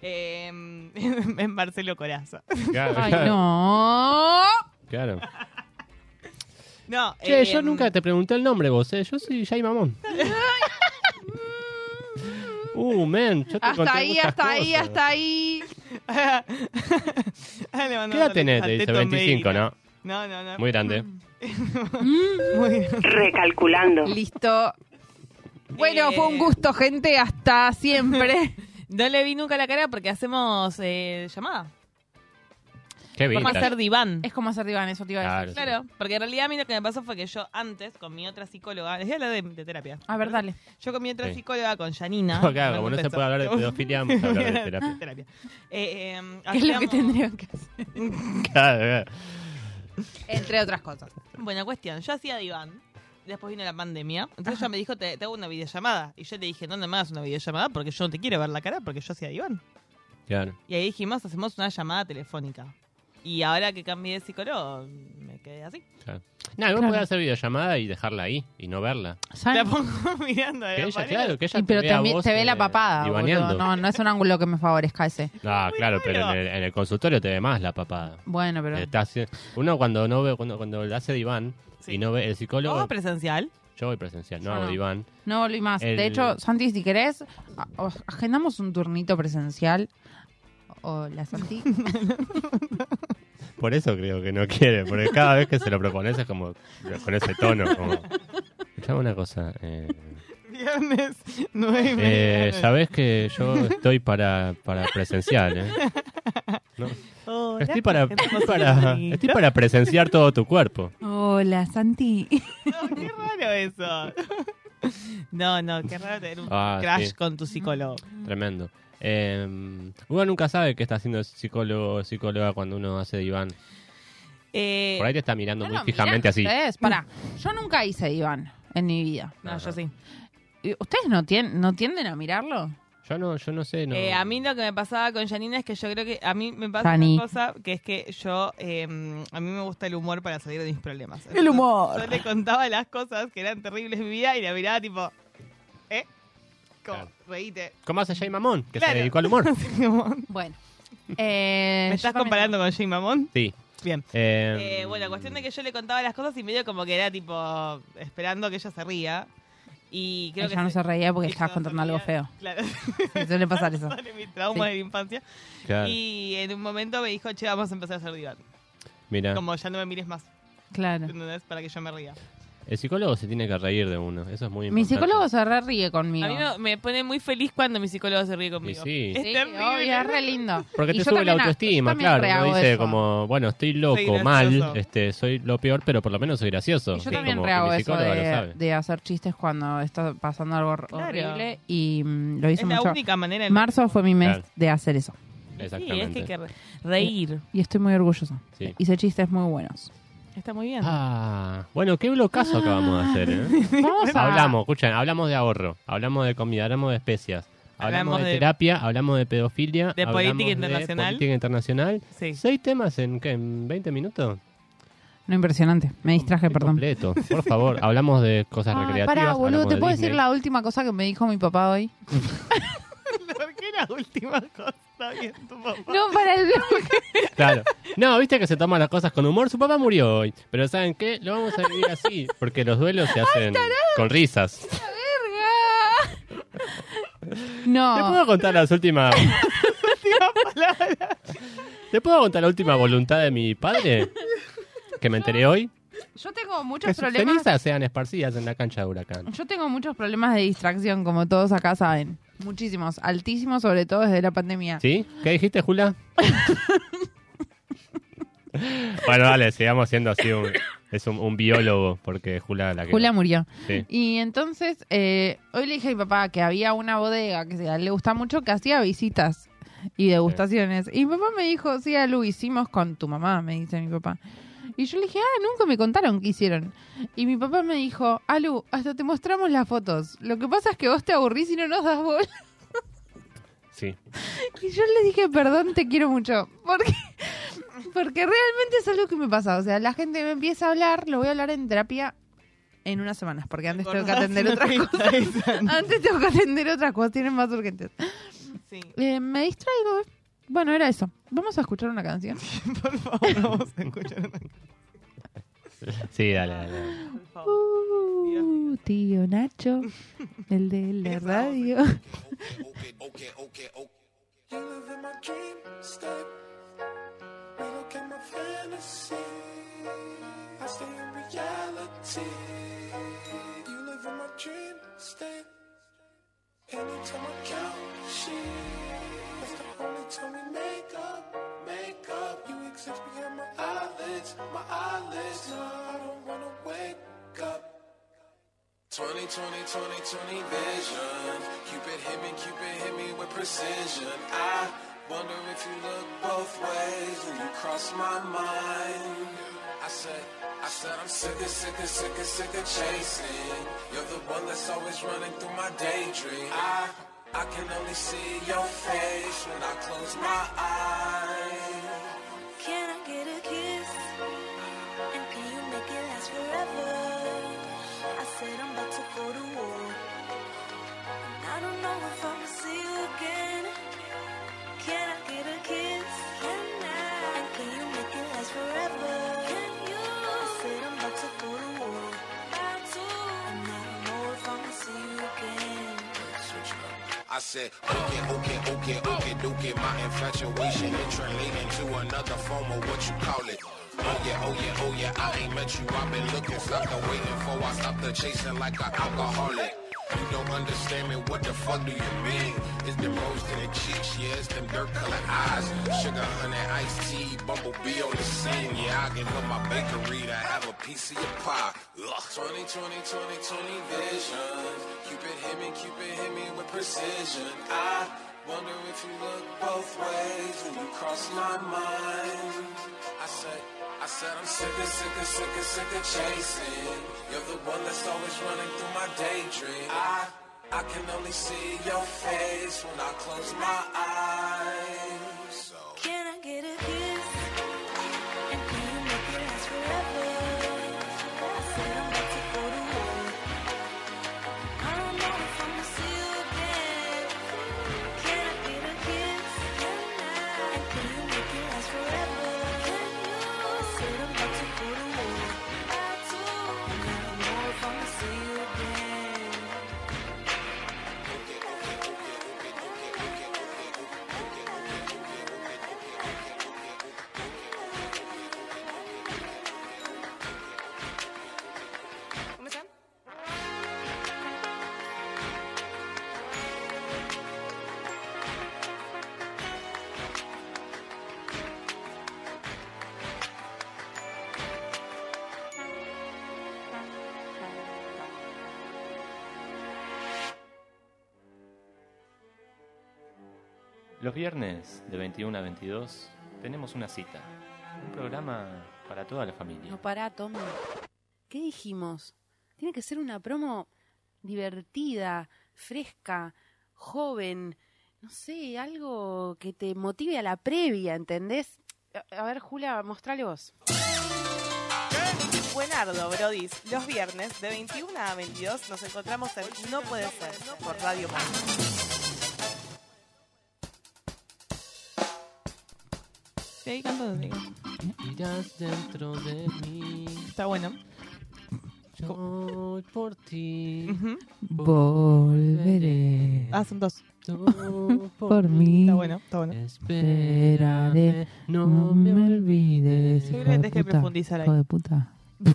Speaker 6: Eh, en Marcelo Corazo.
Speaker 5: Claro,
Speaker 4: Ay,
Speaker 5: claro,
Speaker 4: no.
Speaker 5: claro.
Speaker 6: No,
Speaker 5: Che,
Speaker 6: eh,
Speaker 5: yo
Speaker 4: Em,
Speaker 5: nunca te pregunté el nombre vos, ¿eh? Yo soy Jay Mamón. uh, men, yo te conté
Speaker 4: Hasta ahí,
Speaker 5: muchas
Speaker 4: hasta ahí,
Speaker 5: cosas.
Speaker 4: hasta ahí.
Speaker 6: Ah, le mando
Speaker 5: ¿Qué edad
Speaker 6: un
Speaker 5: tenés? Te
Speaker 6: saludo a
Speaker 5: dice
Speaker 6: Teto
Speaker 5: 25,
Speaker 6: Medina.
Speaker 5: ¿no?
Speaker 6: No, no, no.
Speaker 5: Muy grande.
Speaker 4: Mm.
Speaker 7: Recalculando.
Speaker 4: Listo. Bueno,
Speaker 6: Eh.
Speaker 4: fue un gusto, gente. Hasta siempre.
Speaker 6: No le vi nunca la cara porque hacemos eh, llamada.
Speaker 5: Qué
Speaker 6: Vamos a
Speaker 5: vintage.
Speaker 6: hacer diván.
Speaker 4: es como hacer diván, eso te iba a decir.
Speaker 5: Claro.
Speaker 6: Claro, porque en realidad a mí lo que me pasó fue que yo antes con mi otra psicóloga, les voy a hablar de, de terapia.
Speaker 4: A ver, dale.
Speaker 6: Yo con mi otra
Speaker 5: Sí.
Speaker 6: psicóloga, con Janina.
Speaker 5: No, claro, como no se puede hablar de pedofilia, vamos a hablar de terapia.
Speaker 6: Eh, eh,
Speaker 4: ¿Qué es lo que
Speaker 6: hacíamos-
Speaker 4: tendrían que hacer?
Speaker 5: Claro, eh. claro.
Speaker 4: Entre otras cosas.
Speaker 6: Buena cuestión. Yo hacía diván. Después vino la pandemia. Entonces ella me dijo, te, te hago una videollamada. Y yo le dije, no, no me hagas una videollamada porque yo no te quiero ver la cara porque yo hacía diván.
Speaker 5: Claro.
Speaker 6: Y ahí dijimos, hacemos una llamada telefónica. Y ahora que cambié de psicólogo, me quedé así.
Speaker 5: No, vos
Speaker 4: Claro.
Speaker 5: podés hacer videollamada y dejarla ahí y no verla.
Speaker 4: Ah.
Speaker 6: La pongo mirando a
Speaker 5: Que
Speaker 6: la
Speaker 5: ella,
Speaker 6: pared.
Speaker 5: claro, que ella
Speaker 4: Y pero
Speaker 5: te vea a
Speaker 4: también
Speaker 5: vos,
Speaker 4: se ve
Speaker 5: eh,
Speaker 4: la papada.
Speaker 5: Y
Speaker 4: boludo.
Speaker 5: bañando.
Speaker 4: No, no es un ángulo que me favorezca ese.
Speaker 5: Ah, claro, pero en
Speaker 6: raro.
Speaker 5: el, en el consultorio te ve más la papada.
Speaker 4: Bueno,
Speaker 5: Eh,
Speaker 4: pero.
Speaker 5: Está haci- uno cuando no ve, cuando, cuando le hace diván
Speaker 6: Sí.
Speaker 5: y no ve el psicólogo.
Speaker 4: Ah,
Speaker 6: ¿Vamos presencial?
Speaker 5: Yo voy presencial, no
Speaker 4: Yo
Speaker 5: hago
Speaker 4: no.
Speaker 5: diván.
Speaker 4: No volví más.
Speaker 5: El-
Speaker 4: De hecho, Santi, si querés, a- o- agendamos un turnito presencial. O la Santi.
Speaker 5: Por eso creo que no quiere, porque cada vez que se lo propones es como con ese tono. Como... Escuchame una cosa. Eh,
Speaker 6: Viernes 9.
Speaker 5: eh, Sabés que yo estoy para, para presencial, ¿eh? No.
Speaker 4: Hola,
Speaker 5: Estoy para,
Speaker 4: gente
Speaker 5: estoy para,
Speaker 4: bonita.
Speaker 5: estoy para presenciar todo tu cuerpo.
Speaker 4: Hola, Santi.
Speaker 6: Qué raro eso. No, no, qué raro tener un
Speaker 5: Ah,
Speaker 6: crash
Speaker 5: sí.
Speaker 6: con tu psicólogo.
Speaker 5: Tremendo. Eh, uno nunca sabe qué está haciendo el psicólogo o psicóloga cuando uno hace diván.
Speaker 6: Eh,
Speaker 5: Por ahí te está mirando
Speaker 4: No
Speaker 5: muy
Speaker 4: lo
Speaker 5: fijamente
Speaker 4: miran
Speaker 5: así.
Speaker 4: Ustedes, pará. Yo nunca hice diván en mi vida.
Speaker 5: Ah,
Speaker 6: No, yo sí.
Speaker 4: ¿Y ¿Ustedes no, tien- no tienden a mirarlo?
Speaker 5: Yo no, yo no sé, no.
Speaker 6: Eh, a mí lo que me pasaba con Janina es que yo creo que a mí me pasa
Speaker 5: Jani.
Speaker 6: una cosa que es que yo, eh, a mí me gusta el humor para salir de mis problemas.
Speaker 4: El humor.
Speaker 6: Yo le contaba las cosas que eran terribles en mi vida y la miraba tipo, ¿eh? ¿Cómo? Reíte.
Speaker 5: ¿Cómo hace Jay Mamón? Que
Speaker 6: Claro.
Speaker 5: se dedicó al humor.
Speaker 4: bueno. Eh,
Speaker 6: ¿Me estás
Speaker 4: yo también-
Speaker 6: comparando con Jay Mamón?
Speaker 5: Sí.
Speaker 6: Bien.
Speaker 5: Eh,
Speaker 6: Eh, bueno, cuestión de que yo le contaba las cosas y medio como que era tipo esperando que ella se ría. Y creo que
Speaker 4: Ella no se reía porque estabas contando algo feo.
Speaker 6: Claro.
Speaker 4: Sí, suele pasar eso.
Speaker 6: Sale mi trauma
Speaker 4: Sí.
Speaker 6: de la infancia.
Speaker 5: Claro.
Speaker 6: Y en un momento me dijo, che, vamos a empezar a hacer diván.
Speaker 5: Mira,
Speaker 6: Como ya no me mires más.
Speaker 4: Claro.
Speaker 6: ¿Entendés? Para que yo me ría.
Speaker 5: el psicólogo se tiene que reír de uno. Eso es muy
Speaker 4: Mi
Speaker 5: importante.
Speaker 4: psicólogo se re ríe conmigo.
Speaker 6: A mí me, me pone muy feliz cuando mi psicólogo se ríe conmigo.
Speaker 5: sí.
Speaker 6: Es
Speaker 4: Sí,
Speaker 6: terrible.
Speaker 4: obvio, es re lindo.
Speaker 5: Porque
Speaker 4: Y
Speaker 5: te
Speaker 4: yo
Speaker 5: sube la
Speaker 4: también ha- yo
Speaker 5: autoestima,
Speaker 4: también
Speaker 5: claro.
Speaker 4: rehago
Speaker 5: Uno dice
Speaker 4: eso.
Speaker 5: como, bueno, estoy
Speaker 4: Soy
Speaker 5: loco,
Speaker 4: gracioso.
Speaker 5: mal, este, soy lo peor, pero por lo menos soy gracioso.
Speaker 4: Y yo
Speaker 5: Sí.
Speaker 4: también
Speaker 5: Como- y
Speaker 4: rehago
Speaker 5: mi
Speaker 4: eso
Speaker 5: psicóloga lo
Speaker 4: de,
Speaker 5: sabe.
Speaker 4: de hacer chistes cuando está pasando algo hor- horrible y mm, lo hice
Speaker 6: Es la
Speaker 4: mucho.
Speaker 6: única manera en la
Speaker 4: Marzo fue mi mes
Speaker 5: Claro.
Speaker 4: de hacer eso.
Speaker 6: Sí, es que hay que re-
Speaker 4: Eh,
Speaker 6: reír.
Speaker 4: Y, estoy muy orgullosa.
Speaker 5: Sí.
Speaker 4: Eh, Hice chistes muy buenos.
Speaker 6: Está muy bien.
Speaker 5: Ah, bueno, qué blocazo acabamos de hacer, ¿eh?
Speaker 4: Vamos a-
Speaker 5: Hablamos, escuchan, hablamos de ahorro, hablamos de comida, hablamos de especias, hablamos,
Speaker 6: Hablamos
Speaker 5: de,
Speaker 6: de-
Speaker 5: terapia, hablamos de pedofilia,
Speaker 6: De
Speaker 5: hablamos
Speaker 6: política internacional.
Speaker 5: De política internacional.
Speaker 6: Sí.
Speaker 5: ¿Seis temas en qué? ¿En 20 minutos?
Speaker 4: No, impresionante. Me distraje, perdón.
Speaker 5: Completo, por favor. hablamos de cosas
Speaker 4: Ay,
Speaker 5: recreativas.
Speaker 4: pará, boludo,
Speaker 5: hablamos
Speaker 4: ¿te
Speaker 5: de
Speaker 4: puedo
Speaker 5: Disney.
Speaker 4: decir la última cosa que me dijo mi papá hoy?
Speaker 6: ¿Por qué la última cosa que tu papá?
Speaker 4: No, para el bloque.
Speaker 5: Claro. No, viste que se toman las cosas con humor. Su papá murió hoy. Pero ¿saben qué? Lo vamos a vivir así. Porque los duelos se hacen con risas. ¿Te puedo
Speaker 4: No.
Speaker 5: contar las últimas. ¿Te puedo contar la última voluntad de mi padre? Que me enteré hoy.
Speaker 4: Yo tengo
Speaker 5: Que
Speaker 4: muchos
Speaker 5: sus
Speaker 4: problemas.
Speaker 5: cenizas sean esparcidas en la cancha de huracán.
Speaker 4: Yo tengo muchos problemas de distracción, como todos acá saben. Muchísimos, altísimos, sobre todo desde la pandemia.
Speaker 5: ¿Sí? ¿Qué dijiste, Jula? bueno, dale, sigamos siendo así un. Es un, un biólogo, porque Jula la que.
Speaker 4: Julia murió.
Speaker 5: Sí.
Speaker 4: Y entonces, eh, hoy le dije a mi papá que había una bodega que se- le gusta mucho, que hacía visitas y degustaciones. Y mi papá me dijo, sí, lo hicimos con tu mamá, me dice mi papá. Y yo le dije, ah, nunca me contaron qué hicieron. Y mi papá me dijo, Alu, hasta te mostramos las fotos. Lo que pasa es que vos te aburrís y no nos das bola.
Speaker 5: Sí.
Speaker 4: Y yo le dije, perdón, te quiero mucho. Porque, porque realmente es algo que me pasa. O sea, la gente me empieza a hablar, lo voy a hablar en terapia en unas semanas, porque antes tengo que
Speaker 6: acordás
Speaker 4: atender
Speaker 6: una
Speaker 4: otras
Speaker 6: cita
Speaker 4: cosas.
Speaker 6: esa?
Speaker 4: Antes tengo que atender otras cosas, tienen más urgentes.
Speaker 6: Sí.
Speaker 4: Eh, me distraigo. Bueno, era eso. Vamos a escuchar una canción. Por
Speaker 6: favor, vamos a escuchar una canción.
Speaker 5: Sí, dale, dale. dale.
Speaker 4: Uh, tío Nacho, el de la radio.
Speaker 8: You live in my dream state. We look at my fantasy. I stay in reality. You live in my dream state. Anytime I count shit, that's the only time we make up, make up. You exist behind my eyelids, my eyelids. No, I don't wanna wake up. 20, 20, 20, 20 vision. Cupid hit me, Cupid hit me with precision. I wonder if you look both ways when you cross my mind. I said, I said, I'm sick of, sick of, sick of, sick of chasing. You're the one that's always running through my daydream. I, I can only see your face when I close my eyes.
Speaker 3: Can I get a kiss? And can you make it last forever? I said I'm about to go to war. And I don't know if I'ma see you again. Can I get a kiss? Can I? And can you make it last forever? Can you? I said I'm about to go to war. About to. And
Speaker 13: I said, okay, okay, okay, okay, duke it. My infatuation it translating to another form of what you call it. Oh yeah, oh yeah, oh yeah, I ain't met you, I've been looking, stopped the waiting for, I stopped the chasing like an alcoholic. You don't understand me, what the fuck do you mean? It's them rose to the cheeks, yeah, it's them dirt colored eyes. Sugar, honey, iced tea, bumblebee on the scene. Yeah, I give up my bakery to have a piece of your pie. Ugh. 20, 20, 20, 20 vision. Cupid hit me, Cupid hit me with precision. I wonder if you look both ways when you cross my mind. I said, I said I'm sick of, sick of, sick of, sick of chasing. You're the one that's always running through my daydream. I, I can only see your face when I close my eyes. So.
Speaker 3: Can I get a kiss? And can you make it last forever? I said I'm about to go to war. I don't know if I'ma see you again. Can I get a kiss? And can you make it last forever? Can you? I said I'm about to go to war. I too. And I don't know if I'ma see you again.
Speaker 9: Los viernes de 21 a 22 tenemos una cita. Un programa para toda la familia.
Speaker 14: No, pará, Tommy. ¿Qué dijimos? Tiene que ser una promo divertida, fresca, joven, no sé, algo que te motive a la previa, ¿entendés? A, a ver, Julia, mostrale vos.
Speaker 15: Buenardo, Brodis. Los viernes de 21 a 22 nos encontramos en No Puede Ser por Radio Más.
Speaker 6: Seguí cantando, seguí.
Speaker 5: Irás dentro de mí.
Speaker 6: Está bueno.
Speaker 5: Yo por ti.
Speaker 4: Volveré.
Speaker 6: Ah, son dos.
Speaker 4: Por mí. Está
Speaker 6: bueno, está bueno.
Speaker 4: Esperaré. No, me olvides.
Speaker 6: Yo
Speaker 4: hijo de
Speaker 6: creo que tenés que
Speaker 4: puta,
Speaker 6: profundizar ahí.
Speaker 4: hijo de puta.
Speaker 5: Hijo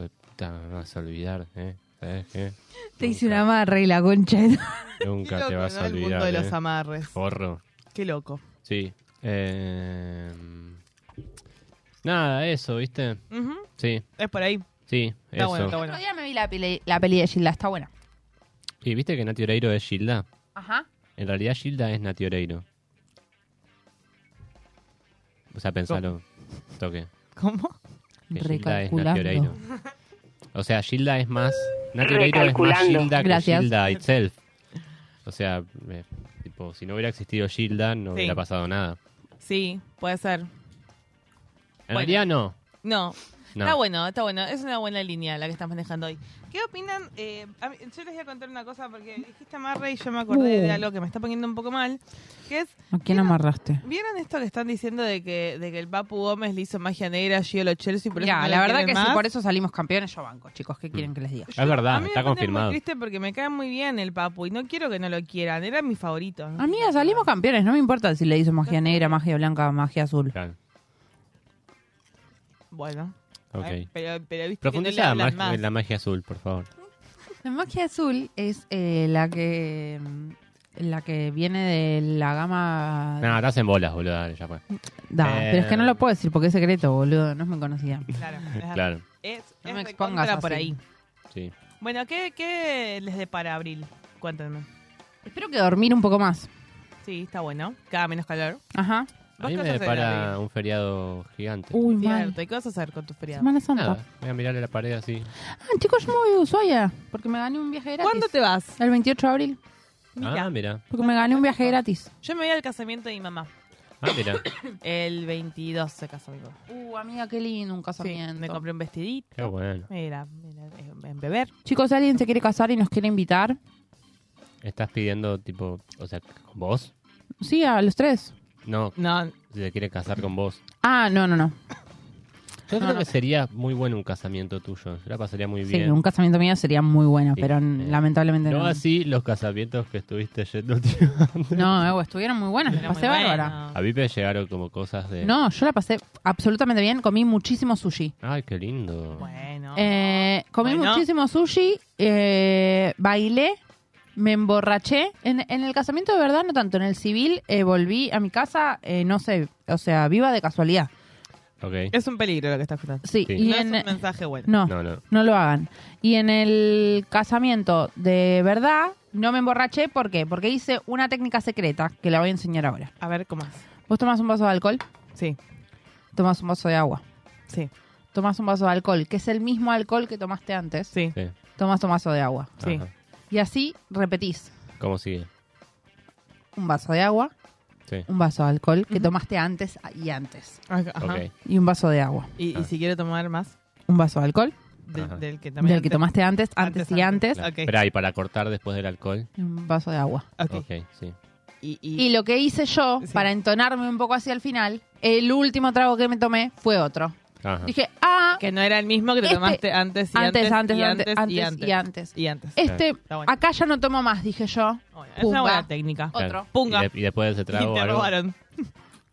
Speaker 5: de puta, me vas a olvidar, ¿eh? ¿Sabes qué?
Speaker 4: Te hice una amarre y la concha. de-
Speaker 5: Nunca
Speaker 6: loco,
Speaker 5: te vas
Speaker 6: ¿no?
Speaker 5: a
Speaker 6: El
Speaker 5: olvidar.
Speaker 6: mundo de los
Speaker 5: ¿eh?
Speaker 6: amarres.
Speaker 5: Forro.
Speaker 6: Qué loco.
Speaker 5: Sí. eh, Nada, eso, ¿viste?
Speaker 6: Ujú.
Speaker 5: Sí.
Speaker 6: Es por ahí.
Speaker 5: Sí,
Speaker 6: Está
Speaker 5: eso.
Speaker 6: bueno, está
Speaker 4: El
Speaker 6: bueno.
Speaker 4: otro día me vi la peli, la peli de Gilda, está buena.
Speaker 5: Y viste que Nati Oreiro es Gilda.
Speaker 4: Ajá.
Speaker 5: En realidad Gilda es Nati Oreiro. O sea, pensalo. Toque.
Speaker 6: ¿Cómo?
Speaker 5: Que Gilda es Nati
Speaker 4: Recalculando.
Speaker 5: Oreiro. O sea, Gilda es más... Nati Oreiro es más
Speaker 4: Recalculando.
Speaker 5: Gilda que
Speaker 4: Gracias.
Speaker 5: Gilda itself. O sea, eh, tipo, si no hubiera existido Gilda, no
Speaker 6: Sí.
Speaker 5: hubiera pasado nada.
Speaker 6: Sí, puede ser.
Speaker 5: En realidad no.
Speaker 6: No.
Speaker 5: No.
Speaker 6: Está bueno, está bueno. Es una buena línea la que estás manejando hoy. ¿Qué opinan? Eh, a mí- yo les voy a contar una cosa porque dijiste amarre y yo me acordé
Speaker 4: Uh.
Speaker 6: de algo que me está poniendo un poco mal. Que es,
Speaker 4: ¿A quién amarraste?
Speaker 6: ¿vieron esto que están diciendo de que, de que el Papu Gómez le hizo magia negra a Gio Lo Chelsea? y Por eso
Speaker 4: Mira,
Speaker 6: no
Speaker 4: la
Speaker 6: lo
Speaker 4: verdad
Speaker 6: quieren
Speaker 4: que si
Speaker 6: más?
Speaker 4: por eso salimos campeones, yo banco, chicos. ¿Qué quieren que les diga?
Speaker 5: Es verdad,
Speaker 6: Me
Speaker 5: está
Speaker 6: pone
Speaker 5: confirmado.
Speaker 6: muy triste porque me cae muy bien el Papu y no quiero que no lo quieran. Era mi favorito.
Speaker 4: Amiga, salimos campeones. No me importa si le hizo magia negra, magia blanca, magia azul.
Speaker 6: Bueno.
Speaker 5: Ok.
Speaker 6: Ay, Pero, pero viste que no le
Speaker 5: Profundiza
Speaker 6: hablan
Speaker 5: ma-
Speaker 6: más.
Speaker 5: en la magia azul, por favor.
Speaker 4: La magia azul es eh, la que mm, la que viene de la gama.
Speaker 5: Nada, estás en bolas, boludo. Dale, ya fue.
Speaker 4: Da,
Speaker 5: Eh,
Speaker 4: pero es que no lo puedo decir porque es secreto, boludo. No me conocía.
Speaker 6: Claro. es-
Speaker 5: Claro.
Speaker 6: Es,
Speaker 4: No
Speaker 6: es
Speaker 4: me
Speaker 6: recontra
Speaker 4: expongas así.
Speaker 6: por ahí.
Speaker 5: Sí.
Speaker 6: Bueno, ¿qué, qué les depara abril? Cuéntenme.
Speaker 4: Espero que dormir un poco más.
Speaker 6: Sí, está bueno. Cada menos calor.
Speaker 4: Ajá.
Speaker 5: A mí me
Speaker 6: qué vas a hacer,
Speaker 5: depara un feriado gigante.
Speaker 4: Uy, mal.
Speaker 6: Cierto. ¿Y qué vas a hacer con tu feriado?
Speaker 4: Semana Santa.
Speaker 5: Nada, voy a mirarle la pared así.
Speaker 4: Ah, chicos, yo me voy a Ushuaia porque me gané un viaje gratis.
Speaker 6: ¿Cuándo te vas?
Speaker 4: El 28 de abril.
Speaker 5: Ah, mira.
Speaker 4: Porque me gané un viaje gratis.
Speaker 6: Yo me voy al casamiento de mi mamá.
Speaker 5: Ah, mira.
Speaker 6: El 22 se casó mi mamá.
Speaker 4: Uh, amiga, qué lindo un casamiento.
Speaker 6: me compré un vestidito.
Speaker 5: Qué bueno.
Speaker 6: Mira, mira, en en beber.
Speaker 4: Chicos, si alguien se quiere casar y nos quiere invitar,
Speaker 5: ¿Estás pidiendo, tipo, o sea, con vos?
Speaker 4: sí, a los tres.
Speaker 5: No.
Speaker 6: No.
Speaker 5: Se quiere casar con vos.
Speaker 4: Ah, no, no, no. No,
Speaker 5: Yo creo
Speaker 4: no.
Speaker 5: que sería muy bueno un casamiento tuyo. Yo la pasaría muy
Speaker 4: Sí,
Speaker 5: bien.
Speaker 4: un casamiento mío sería muy bueno,
Speaker 5: Sí,
Speaker 4: pero
Speaker 5: eh,
Speaker 4: lamentablemente
Speaker 5: No
Speaker 4: no.
Speaker 5: así los casamientos que estuviste yendo últimamente.
Speaker 4: No, Evo, estuvieron muy buenas, la pasé bárbara.
Speaker 5: A mí me llegaron como cosas de.
Speaker 4: No, yo la pasé absolutamente bien, comí muchísimo sushi.
Speaker 5: Ay, qué lindo.
Speaker 4: Eh, comí
Speaker 5: Bueno.
Speaker 4: muchísimo sushi, eh, bailé, me emborraché. En, en el casamiento de verdad, no tanto, en el civil eh, volví a mi casa, eh, no sé, o sea, viva de casualidad.
Speaker 6: Es un peligro lo que está afectando.
Speaker 4: Sí, y
Speaker 6: no
Speaker 4: en-
Speaker 6: es un mensaje bueno.
Speaker 4: Eh, No, no, lo hagan. Y en el casamiento de verdad, no me emborraché, ¿por qué? Porque hice una técnica secreta que la voy a enseñar ahora.
Speaker 6: A ver, ¿cómo es?
Speaker 4: ¿Vos tomás un vaso de alcohol?
Speaker 6: Sí.
Speaker 4: ¿Tomás un vaso de agua?
Speaker 6: Sí.
Speaker 4: ¿Tomás un vaso de alcohol, que es el mismo alcohol que tomaste antes?
Speaker 6: Sí.
Speaker 4: Tomás un vaso de agua.
Speaker 5: Sí. Ajá.
Speaker 4: Y así repetís
Speaker 5: ¿Cómo sigue?
Speaker 4: un vaso de agua,
Speaker 5: Sí.
Speaker 4: un vaso de alcohol que tomaste antes y antes.
Speaker 6: Ajá.
Speaker 5: Ok.
Speaker 4: Y un vaso de agua.
Speaker 6: Y, y si quiero tomar más
Speaker 4: Un vaso de alcohol.
Speaker 6: del-
Speaker 5: Ajá.
Speaker 6: del que también
Speaker 4: Del que tomaste antes, antes, y antes.
Speaker 5: Claro. Espera, y para cortar después del alcohol.
Speaker 4: Un vaso de agua.
Speaker 5: ok, sí.
Speaker 6: Y,
Speaker 4: Y lo que hice yo, para entonarme un poco hacia el final, el último trago que me tomé fue otro.
Speaker 5: Ajá.
Speaker 4: Dije, ah.
Speaker 6: Que no era el mismo que te
Speaker 4: este-
Speaker 6: tomaste antes y antes,
Speaker 4: antes, antes,
Speaker 6: y antes,
Speaker 4: antes,
Speaker 6: y
Speaker 4: antes,
Speaker 6: antes
Speaker 4: y antes.
Speaker 6: y antes.
Speaker 4: Este,
Speaker 6: Está bueno.
Speaker 4: acá ya no tomo más, dije yo.
Speaker 6: es una
Speaker 4: Pumba.
Speaker 6: buena técnica.
Speaker 4: Otro.
Speaker 5: Punga. Y, de- y después de ese trago.
Speaker 6: te
Speaker 5: algo-
Speaker 6: robaron.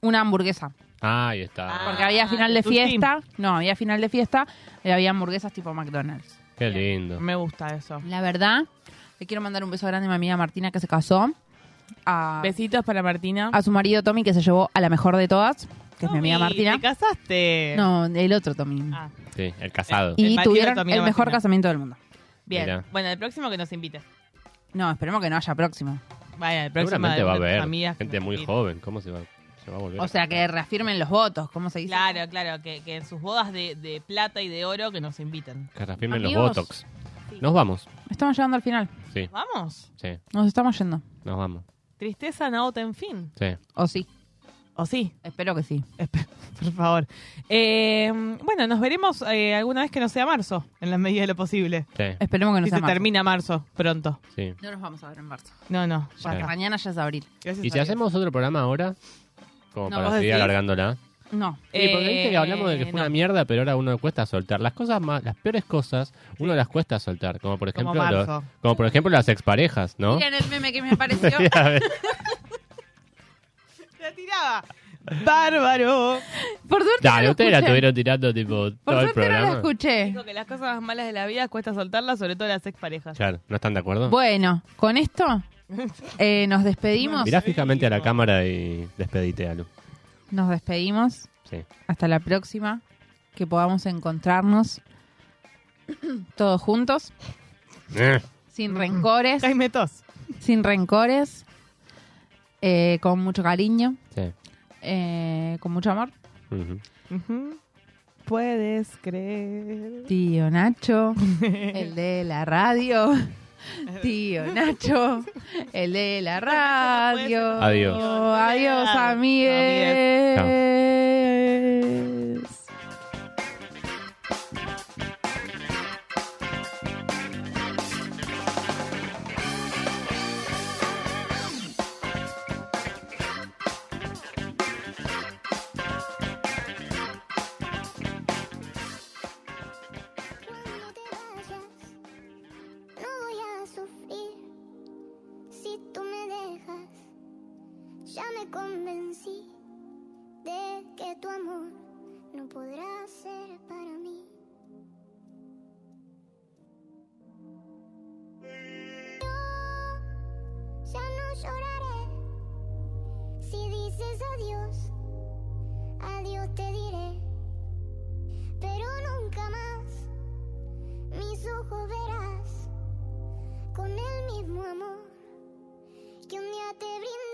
Speaker 4: Una hamburguesa.
Speaker 5: Ah, ahí está.
Speaker 4: Porque había final de fiesta. No, había final de fiesta y había hamburguesas tipo McDonald's.
Speaker 5: Qué lindo.
Speaker 4: Mm.
Speaker 6: Me gusta eso.
Speaker 4: La verdad, le quiero mandar un beso grande a mi amiga Martina que se casó. A,
Speaker 6: Besitos para Martina.
Speaker 4: a su marido Tommy que se llevó a la mejor de todas, que es mi amiga
Speaker 6: Tommy, Ah.
Speaker 4: Martina.
Speaker 6: ¿Te casaste?
Speaker 4: No, el otro Tommy.
Speaker 5: Sí, el casado.
Speaker 4: y
Speaker 6: marido
Speaker 4: tuvieron
Speaker 6: de tu
Speaker 4: el
Speaker 6: amiga
Speaker 4: mejor
Speaker 6: Martina.
Speaker 4: casamiento del mundo.
Speaker 6: Bien.
Speaker 5: Mira.
Speaker 6: Bueno, el próximo que nos invite.
Speaker 4: No, esperemos que no haya próximo.
Speaker 6: Vaya, el próximo.
Speaker 5: Seguramente
Speaker 6: de
Speaker 5: va a
Speaker 6: nuestras
Speaker 5: haber
Speaker 6: amigas que
Speaker 5: gente
Speaker 6: nos
Speaker 5: muy
Speaker 6: invite.
Speaker 5: joven. ¿Cómo se va, se va a volver?
Speaker 4: O sea, que reafirmen los votos, ¿cómo se dice?
Speaker 6: Claro, claro, que, que en sus bodas de, de plata y de oro que nos inviten.
Speaker 5: que reafirmen los
Speaker 4: amigos.
Speaker 5: botox. Nos vamos.
Speaker 4: Estamos llegando al final.
Speaker 5: Sí.
Speaker 6: Vamos.
Speaker 5: Sí,
Speaker 4: Nos estamos yendo.
Speaker 5: nos vamos.
Speaker 6: Tristeza no en fin.
Speaker 5: Sí.
Speaker 4: ¿O sí?
Speaker 6: ¿O sí?
Speaker 4: Espero que sí.
Speaker 6: Por favor. Eh, bueno, nos veremos eh, alguna vez que no sea marzo, en la medida de lo posible.
Speaker 5: Sí.
Speaker 4: Esperemos que no
Speaker 6: Si
Speaker 4: sea
Speaker 6: se
Speaker 4: marzo.
Speaker 6: termina marzo pronto.
Speaker 5: Sí.
Speaker 4: No nos vamos a ver en marzo.
Speaker 6: No, no.
Speaker 4: Porque
Speaker 5: Sí.
Speaker 4: mañana ya es abril.
Speaker 5: ¿Y si hacemos otro programa ahora? Como
Speaker 4: No,
Speaker 5: para
Speaker 4: vos
Speaker 5: seguir
Speaker 4: decís.
Speaker 5: alargándola.
Speaker 4: No.
Speaker 5: Sí, porque viste que hablamos de que
Speaker 4: Eh,
Speaker 5: fue
Speaker 4: no.
Speaker 5: una mierda, pero ahora uno le cuesta soltar. Las cosas más, las peores cosas, uno las cuesta soltar. Como por
Speaker 4: Como
Speaker 5: ejemplo, lo-
Speaker 4: marzo.
Speaker 5: como por ejemplo las exparejas, ¿no?
Speaker 4: Miren el meme que me apareció.
Speaker 5: A ver.
Speaker 6: ¡La tiraba! ¡Bárbaro!
Speaker 4: Por suerte no
Speaker 5: Dale,
Speaker 4: lo
Speaker 5: ustedes la
Speaker 4: escuché.
Speaker 5: estuvieron tirando tipo todo el
Speaker 4: suerte no la
Speaker 5: programa.
Speaker 4: escuché.
Speaker 6: Dijo que las cosas más malas de la vida cuesta soltarlas, sobre todo las exparejas.
Speaker 5: Claro, ¿no están de acuerdo?
Speaker 4: Bueno, con esto eh, nos despedimos.
Speaker 5: Mirá fijamente a la cámara y despedite, Alu.
Speaker 4: Nos despedimos.
Speaker 5: Sí.
Speaker 4: Hasta la próxima. Que podamos encontrarnos todos juntos.
Speaker 5: Eh.
Speaker 4: Sin rencores. Sin rencores. eh, con mucho cariño.
Speaker 5: Sí.
Speaker 4: eh, con mucho amor.
Speaker 5: Ujú.
Speaker 6: Ujú. Puedes creer.
Speaker 4: Tío Nacho, el de la radio. Tío Nacho, el de la radio.
Speaker 5: Adiós.
Speaker 4: Adiós, amigues.
Speaker 16: No voy a sufrir si tú me dejas. Ya me convencí de que tu amor no podrá ser para mí. Yo ya no lloraré si dices adiós. Adiós te diré, pero nunca más mis ojos verás con el mismo amor que un día te brindé.